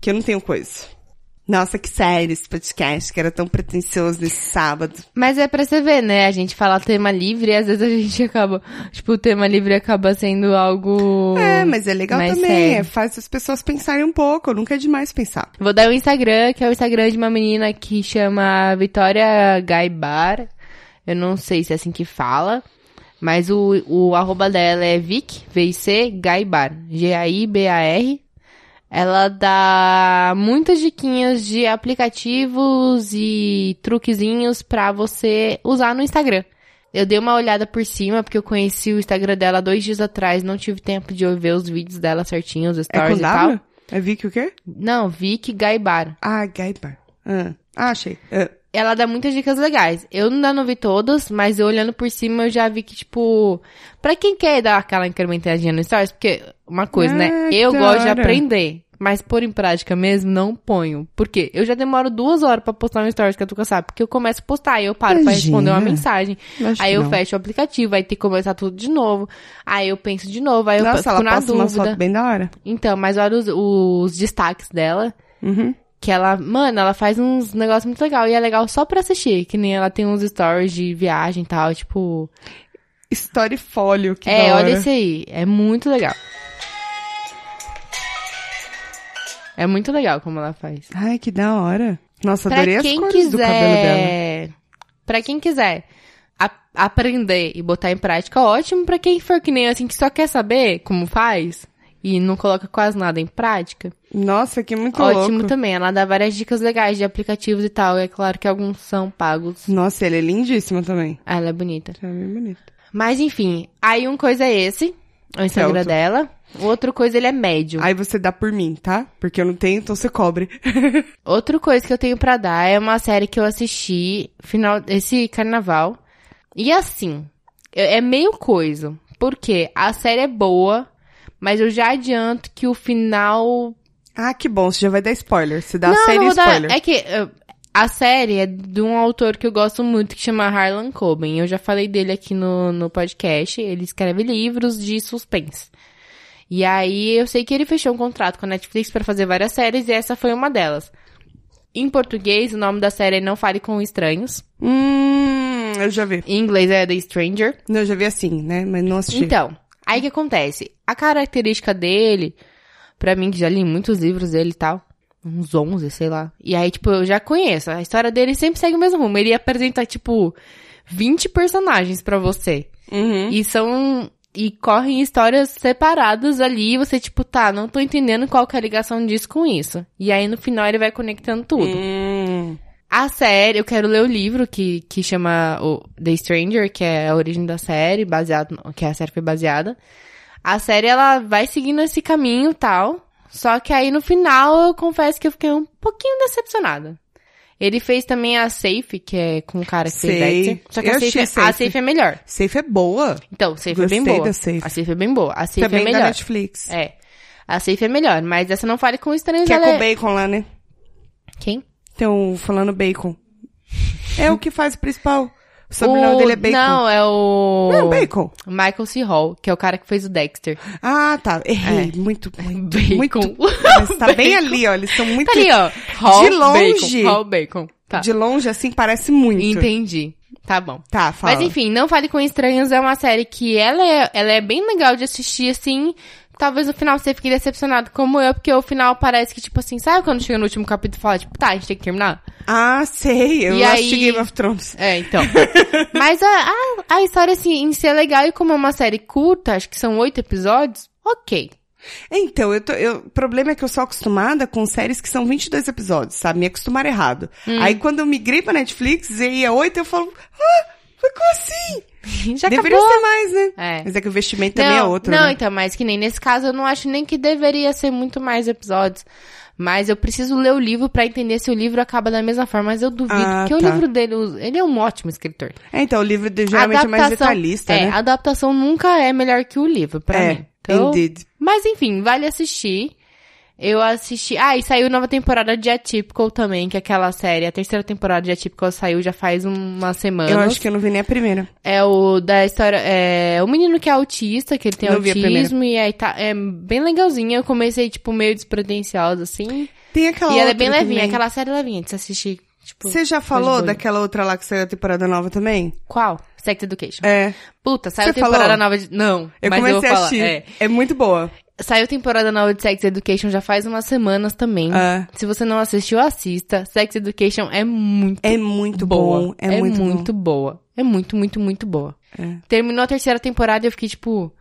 B: Que eu não tenho coisa. Nossa, que sério esse podcast, que era tão pretensioso nesse sábado.
A: Mas é pra você ver, né? A gente fala tema livre e às vezes a gente acaba... Tipo, o tema livre acaba sendo algo...
B: É, mas é legal
A: Hum, Mas
B: também.
A: é.
B: é, faz as pessoas pensarem um pouco. Nunca é demais pensar.
A: Vou dar o Instagram, que é o Instagram de uma menina que chama Vitória Gaibar. Eu não sei se é assim que fala. Mas o, o arroba dela é Vic, V-I-C, Gaibar. G-A-I-B-A-R. Ela dá muitas diquinhas de aplicativos e truquezinhos pra você usar no Instagram. Eu dei uma olhada por cima, porque eu conheci o Instagram dela dois dias atrás, não tive tempo de ver os vídeos dela certinho, os
B: É com
A: stories e tal.
B: W? É Vicky o quê?
A: Não, Vic Gaibar.
B: Ah, Gaibar. Ah, ah, achei. Ah,
A: Ela dá muitas dicas legais. Eu ainda não vi todas, mas eu olhando por cima eu já vi que, tipo, pra quem quer dar aquela incrementadinha no stories, porque uma coisa,
B: Ah,
A: né?
B: que
A: Eu
B: da
A: gosto de
B: hora.
A: aprender. Mas pôr em prática mesmo, não ponho. Por quê? Eu já demoro duas horas pra postar um stories que a Tuca sabe. Porque eu começo a postar, aí eu paro pra
B: Imagina.
A: responder uma mensagem.
B: Eu acho
A: aí
B: que
A: eu
B: não.
A: fecho o aplicativo, aí tem que começar tudo de novo. Aí eu penso de novo, aí eu
B: Nossa,
A: fico
B: ela
A: na
B: posta umas
A: dúvida.
B: fotos bem da hora.
A: Então, mas olha os, os destaques dela.
B: Uhum.
A: Que ela, mano, ela faz uns negócios muito legal. E é legal só pra assistir. Que nem ela tem uns stories de viagem e tal, tipo.
B: Storyfolio, que
A: é,
B: da hora.
A: olha esse aí. É muito legal. É muito legal como ela faz.
B: Ai, que da hora. Nossa,
A: Pra
B: adorei as
A: quem
B: cores do cabelo dela.
A: quiser. Pra quem quiser a- aprender e botar em prática, ótimo. Pra quem for que nem eu, assim, que só quer saber como faz e não coloca quase nada em prática.
B: Nossa, que muito
A: Ótimo
B: louco.
A: também. Ela dá várias dicas legais de aplicativos e tal. É claro que alguns são pagos.
B: Nossa, ele é lindíssimo também.
A: Ah, Ela é bonita.
B: Tá bem bonito.
A: Mas enfim, aí um coisa é esse, o Instagram
B: Certo.
A: dela. Outra coisa ele é médio.
B: Aí você dá por mim, tá? Porque eu não tenho, então você cobre.
A: Outra coisa que eu tenho pra dar é uma série que eu assisti final esse carnaval. E assim, é é meio coisa, porque a série é boa, mas eu já adianto que o final
B: ah, que bom, você já vai dar spoiler. Você dá
A: não,
B: a série
A: não vou dar-
B: Tá spoiler.
A: É que eh, a série é de um autor que eu gosto muito que chama Harlan Coben. Eu já falei dele aqui no, no podcast. Ele escreve livros de suspense. E aí eu sei que ele fechou um contrato com a Netflix pra fazer várias séries e essa foi uma delas. Em português, o nome da série é Não Fale com Estranhos.
B: Hum, eu já vi.
A: Em inglês é The Stranger.
B: Não, eu já vi assim, né? Mas não assisti.
A: Então, aí que acontece? A característica dele, pra mim, que já li muitos livros dele e tal, uns 11, sei lá. E aí, tipo, eu já conheço. A história dele sempre segue o mesmo rumo. Ele apresenta, tipo, 20 personagens pra você.
B: Uhum.
A: E são. E correm histórias separadas ali, e você, tipo, tá, não tô entendendo qual que é a ligação disso com isso. E aí, no final, ele vai conectando tudo.
B: Hum.
A: A série, eu quero ler o livro que, que chama o The Stranger, que é a origem da série, baseado, no- que a série foi baseada. A série, ela vai seguindo esse caminho e tal. Só que aí no final, eu confesso que eu fiquei um pouquinho decepcionada. Ele fez também a Safe, que é com o cara que fez
B: Sei.
A: Dexter. Só que
B: Eu
A: a safe,
B: achei
A: é, a
B: Safe.
A: Safe é melhor.
B: Safe é boa.
A: Então, Safe
B: Gostei
A: é bem boa.
B: da Safe.
A: A Safe é bem boa. A Safe
B: Também
A: é
B: da
A: melhor.
B: Netflix.
A: É. A Safe é melhor, mas essa não fale com estranhos.
B: Que é
A: ela
B: com
A: é...
B: bacon lá, né?
A: Quem?
B: Então, falando bacon. É o que faz o principal. O sobrenome dele é bacon.
A: Não, é o...
B: Não, bacon.
A: Michael C. Hall, que é o cara que fez o Dexter.
B: Ah, tá. Errei.
A: É.
B: Muito, muito,
A: Bacon.
B: muito. Mas tá bem ali, ó. Eles estão muito...
A: Tá ali, ó. Hall,
B: De longe.
A: Bacon. Hall Bacon. Tá.
B: De longe, assim, parece muito.
A: Entendi. Tá bom.
B: Tá, fala.
A: Mas enfim, Não Fale com Estranhos é uma série que ela é, ela é bem legal de assistir, assim. Talvez no final você fique decepcionado como eu, porque o final parece que, tipo assim, sabe quando chega no último capítulo e fala, tipo, tá, a gente tem que terminar?
B: Ah, sei. Eu
A: E
B: assisti
A: aí-
B: Game of Thrones.
A: É, então. Mas a, a, a história, assim, em ser legal e como é uma série curta, acho que são oito episódios, ok.
B: Então, eu tô- eu- o problema é que eu sou acostumada com séries que são 22 episódios, sabe? Me acostumaram errado.
A: Hum.
B: Aí, quando eu migrei pra Netflix e ia 8, eu falo... Ah, mas como assim?
A: Já
B: Deveria
A: acabou.
B: ser mais, né?
A: É.
B: Mas é que o investimento também é outro,
A: Não,
B: né?
A: então, mas que nem nesse caso, eu não acho nem que deveria ser muito mais episódios. Mas eu preciso ler o livro pra entender se o livro acaba da mesma forma, mas eu duvido,
B: Ah,
A: porque o
B: tá.
A: livro dele, ele é um ótimo escritor.
B: É, então, o livro de- geralmente é mais detalhista,
A: é,
B: né?
A: a adaptação nunca é melhor que o livro, pra
B: é,
A: mim. Então,
B: indeed.
A: mas enfim, vale assistir. Eu assisti. Ah, e saiu nova temporada de Atypical também, que é aquela série. A terceira temporada de Atypical saiu já faz um, uma semana.
B: Eu acho que eu não vi nem a primeira.
A: É o da história. É o menino que é autista, que ele tem
B: Não vi a
A: autismo, e aí tá. É bem legalzinha. Eu comecei, tipo, meio despretensiosa, assim.
B: Tem aquela
A: e ela é
B: outra
A: bem levinha,
B: também.
A: aquela série levinha de se assistir. Tipo,
B: Você já falou
A: dois.
B: daquela outra lá que saiu a temporada nova também?
A: qual? Sex Education.
B: É.
A: Puta, saiu
B: Você
A: temporada
B: falou?
A: nova de. Não,
B: Eu
A: mas eu vou
B: comecei a
A: falar.
B: assistir.
A: É.
B: É. muito boa.
A: Saiu temporada nova de Sex Education já faz umas semanas também.
B: É.
A: Se você não assistiu, assista. Sex Education é muito
B: É muito
A: boa.
B: bom. É, muito,
A: boa. É muito, muito, muito boa.
B: É.
A: Terminou a terceira temporada e eu fiquei tipo.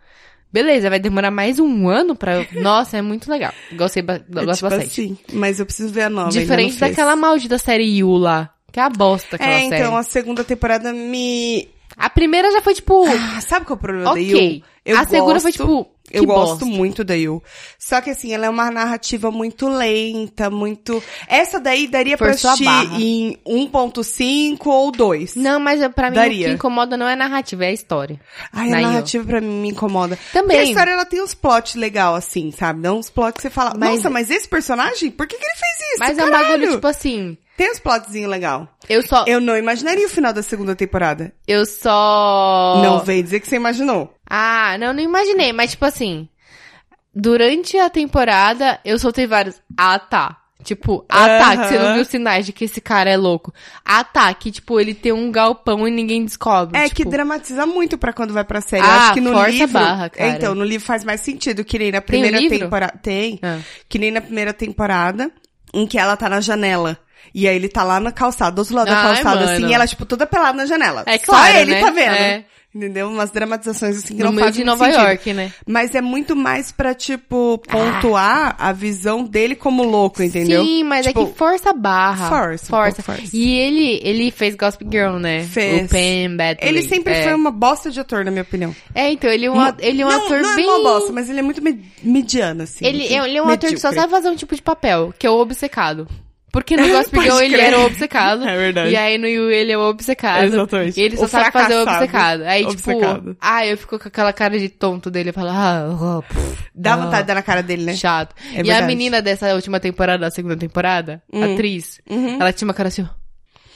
A: Beleza, vai demorar mais um ano pra. eu- Nossa, é muito legal. Gostei ba...
B: bom. É
A: gosto
B: tipo
A: bastante.
B: assim, mas eu preciso ver a nova. ainda
A: Diferente
B: não fez.
A: daquela maldita série You lá. Que é a bosta aquela
B: É,
A: série.
B: então a segunda temporada me.
A: A primeira já foi tipo.
B: Ah, sabe qual é o problema da
A: ok.
B: You? Eu
A: a segunda foi
B: gosto-
A: tipo.
B: Eu
A: Que
B: gosto
A: bosta.
B: muito da Yu. Só que assim, ela é uma narrativa muito lenta, muito. Essa daí daria pra
A: Forçou a
B: assistir
A: barra.
B: em 1.5 ou 2.
A: Não, mas eu- pra mim
B: Daria.
A: o que incomoda não é a narrativa, é a história.
B: Ai,
A: Na
B: a
A: Yu.
B: narrativa pra mim me incomoda.
A: Também.
B: Porque a história ela tem uns plots legal assim, sabe? Não uns plots que você fala,
A: Mas-
B: nossa, mas esse personagem, por que, que ele fez isso?
A: Mas é um
B: Caralho!
A: bagulho, tipo assim,
B: Tem uns plotzinho legal.
A: eu só. Eu,
B: Eu não imaginaria o final da segunda temporada.
A: só.
B: Não vem dizer que você imaginou.
A: Ah, não, não imaginei, mas tipo assim. Durante a temporada, eu soltei vários. Ah, tá. Tipo, ah, tá, que você não
B: Aham.
A: viu sinais de que esse cara é louco. Ah, tá, que tipo, ele tem um galpão e ninguém descobre.
B: É
A: tipo,
B: que dramatiza muito pra quando vai pra série. Eu
A: Ah,
B: acho que no
A: força a
B: livro,
A: barra, cara.
B: É, Então, no livro faz mais sentido que nem
A: Tem
B: na
A: o
B: primeira
A: livro?
B: temporada, tem,
A: Ah.
B: que nem na primeira temporada em que ela tá na janela. E aí ele tá lá na calçada, do outro lado da
A: Ai,
B: calçada,
A: mano.
B: assim, e ela, tipo, toda pelada na janela.
A: É
B: Só
A: claro,
B: ele
A: né?
B: tá vendo.
A: É.
B: Entendeu? Umas dramatizações assim que
A: no
B: não
A: meio
B: fazem
A: de
B: muito
A: Nova
B: sentido.
A: York, né?
B: Mas é muito mais pra, tipo, pontuar a visão dele como louco, entendeu?
A: Sim, mas é
B: Tipo,
A: que força a barra.
B: força, um
A: Força.
B: pouco força.
A: E ele, ele fez Gossip Girl, né?
B: Fez.
A: O Pam Badley.
B: Ele sempre
A: é.
B: foi uma bosta de ator, na minha opinião.
A: É, então, ele é um, a- ele é um
B: não,
A: ator
B: não
A: bem...
B: é uma bosta, mas ele é muito me- mediano, assim.
A: Ele,
B: assim,
A: ele é um ator que só sabe
B: medíocre.
A: fazer um tipo de papel, que é o obcecado. Porque no Gossip
B: Pode
A: Girl ele
B: crer.
A: era o obcecado.
B: É verdade.
A: E aí no You ele é o obcecado.
B: Exatamente.
A: E ele só
B: O
A: sabe fazer o
B: fracassado.
A: obcecado. Aí, tipo,
B: Obcecado.
A: ah, eu fico com aquela cara de tonto dele. Eu falo, ah, oh, pff,
B: Dá
A: ah,
B: vontade de dar na cara dele, né?
A: Chato. e
B: verdade.
A: a menina dessa última temporada, da segunda temporada, atriz,
B: Uhum.
A: ela tinha uma cara assim. ó.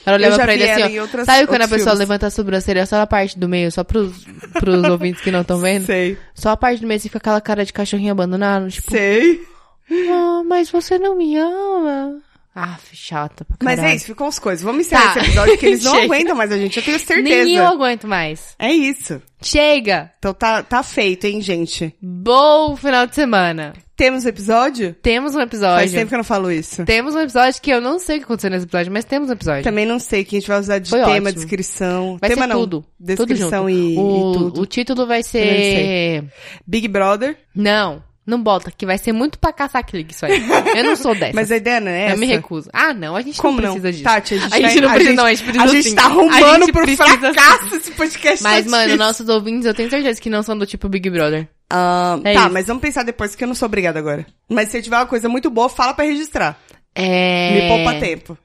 A: Ela olhava
B: já
A: pra
B: vi
A: ele assim,
B: ela em
A: ó.
B: outras-
A: Sabe quando a
B: outros
A: pessoa
B: filmes.
A: levanta a sobrancelha só na parte do meio, só pros, pros ouvintes que não estão vendo?
B: Sei,
A: Só a parte do meio assim, fica aquela cara de cachorrinho abandonado, tipo,
B: sei.
A: ah, mas você não me ama. Ah, chata pra
B: Mas
A: caralho.
B: é isso, ficam as coisas. Vamos encerrar
A: Tá.
B: esse episódio, porque eles não
A: Chega.
B: aguentam mais a gente, eu tenho certeza.
A: Nem eu aguento mais.
B: É isso.
A: Chega!
B: Então tá, tá feito, hein, gente?
A: Bom final de semana.
B: Temos episódio?
A: Temos um
B: Faz
A: episódio.
B: tempo que eu não falo isso.
A: Temos um episódio que eu não sei o que aconteceu nesse episódio, mas temos um episódio.
B: Também não sei quem a gente vai usar de
A: Foi
B: tema,
A: ótimo.
B: descrição.
A: Vai
B: tema
A: ser
B: não.
A: tudo.
B: Descrição
A: tudo junto.
B: E, e
A: o,
B: tudo.
A: O título vai
B: Eu
A: ser...
B: Big Brother.
A: Não, não bota, que vai ser muito pra caçar clique isso aí. Eu não sou dessa.
B: Mas a ideia não é essa.
A: Eu me recuso. Ah, não, a gente
B: Como
A: não
B: não?
A: precisa disso.
B: Tati, a gente,
A: A gente
B: vai-
A: não precisa, não, a gente precisa
B: A gente
A: sim.
B: tá
A: A
B: arrumando
A: gente
B: pro
A: precisa sim.
B: fracasso esse podcast.
A: Mas,
B: tá
A: mano,
B: difícil.
A: nossos ouvintes, eu tenho certeza que não são do tipo Big Brother.
B: Ah,
A: É
B: tá,
A: isso.
B: mas vamos pensar depois, que eu não sou obrigada agora. Mas se tiver uma coisa muito boa, fala pra registrar.
A: É...
B: Me poupa tempo.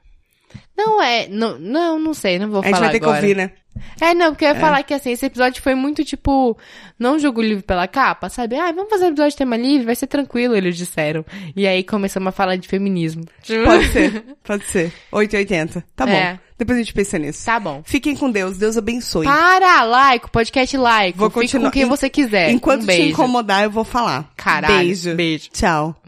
A: Não é... Não, não, não sei, não vou
B: A gente
A: falar
B: vai ter
A: agora.
B: que ouvir, né?
A: É, não, porque eu ia falar que, assim, esse episódio foi muito, tipo... Não jogo livre pela capa, sabe? Ah, vamos fazer um episódio de tema livre, vai ser tranquilo, eles disseram. E aí começamos a falar de feminismo.
B: Pode ser, pode ser. 880. Tá bom.
A: É.
B: Depois a gente pensa nisso.
A: Tá bom.
B: Fiquem com Deus, Deus abençoe.
A: Para, like, podcast like.
B: Vou
A: Fica
B: continuar.
A: com quem
B: En-
A: você quiser.
B: Enquanto
A: um
B: te
A: beijo.
B: incomodar, eu vou falar.
A: Caralho,
B: Beijo.
A: beijo.
B: Tchau.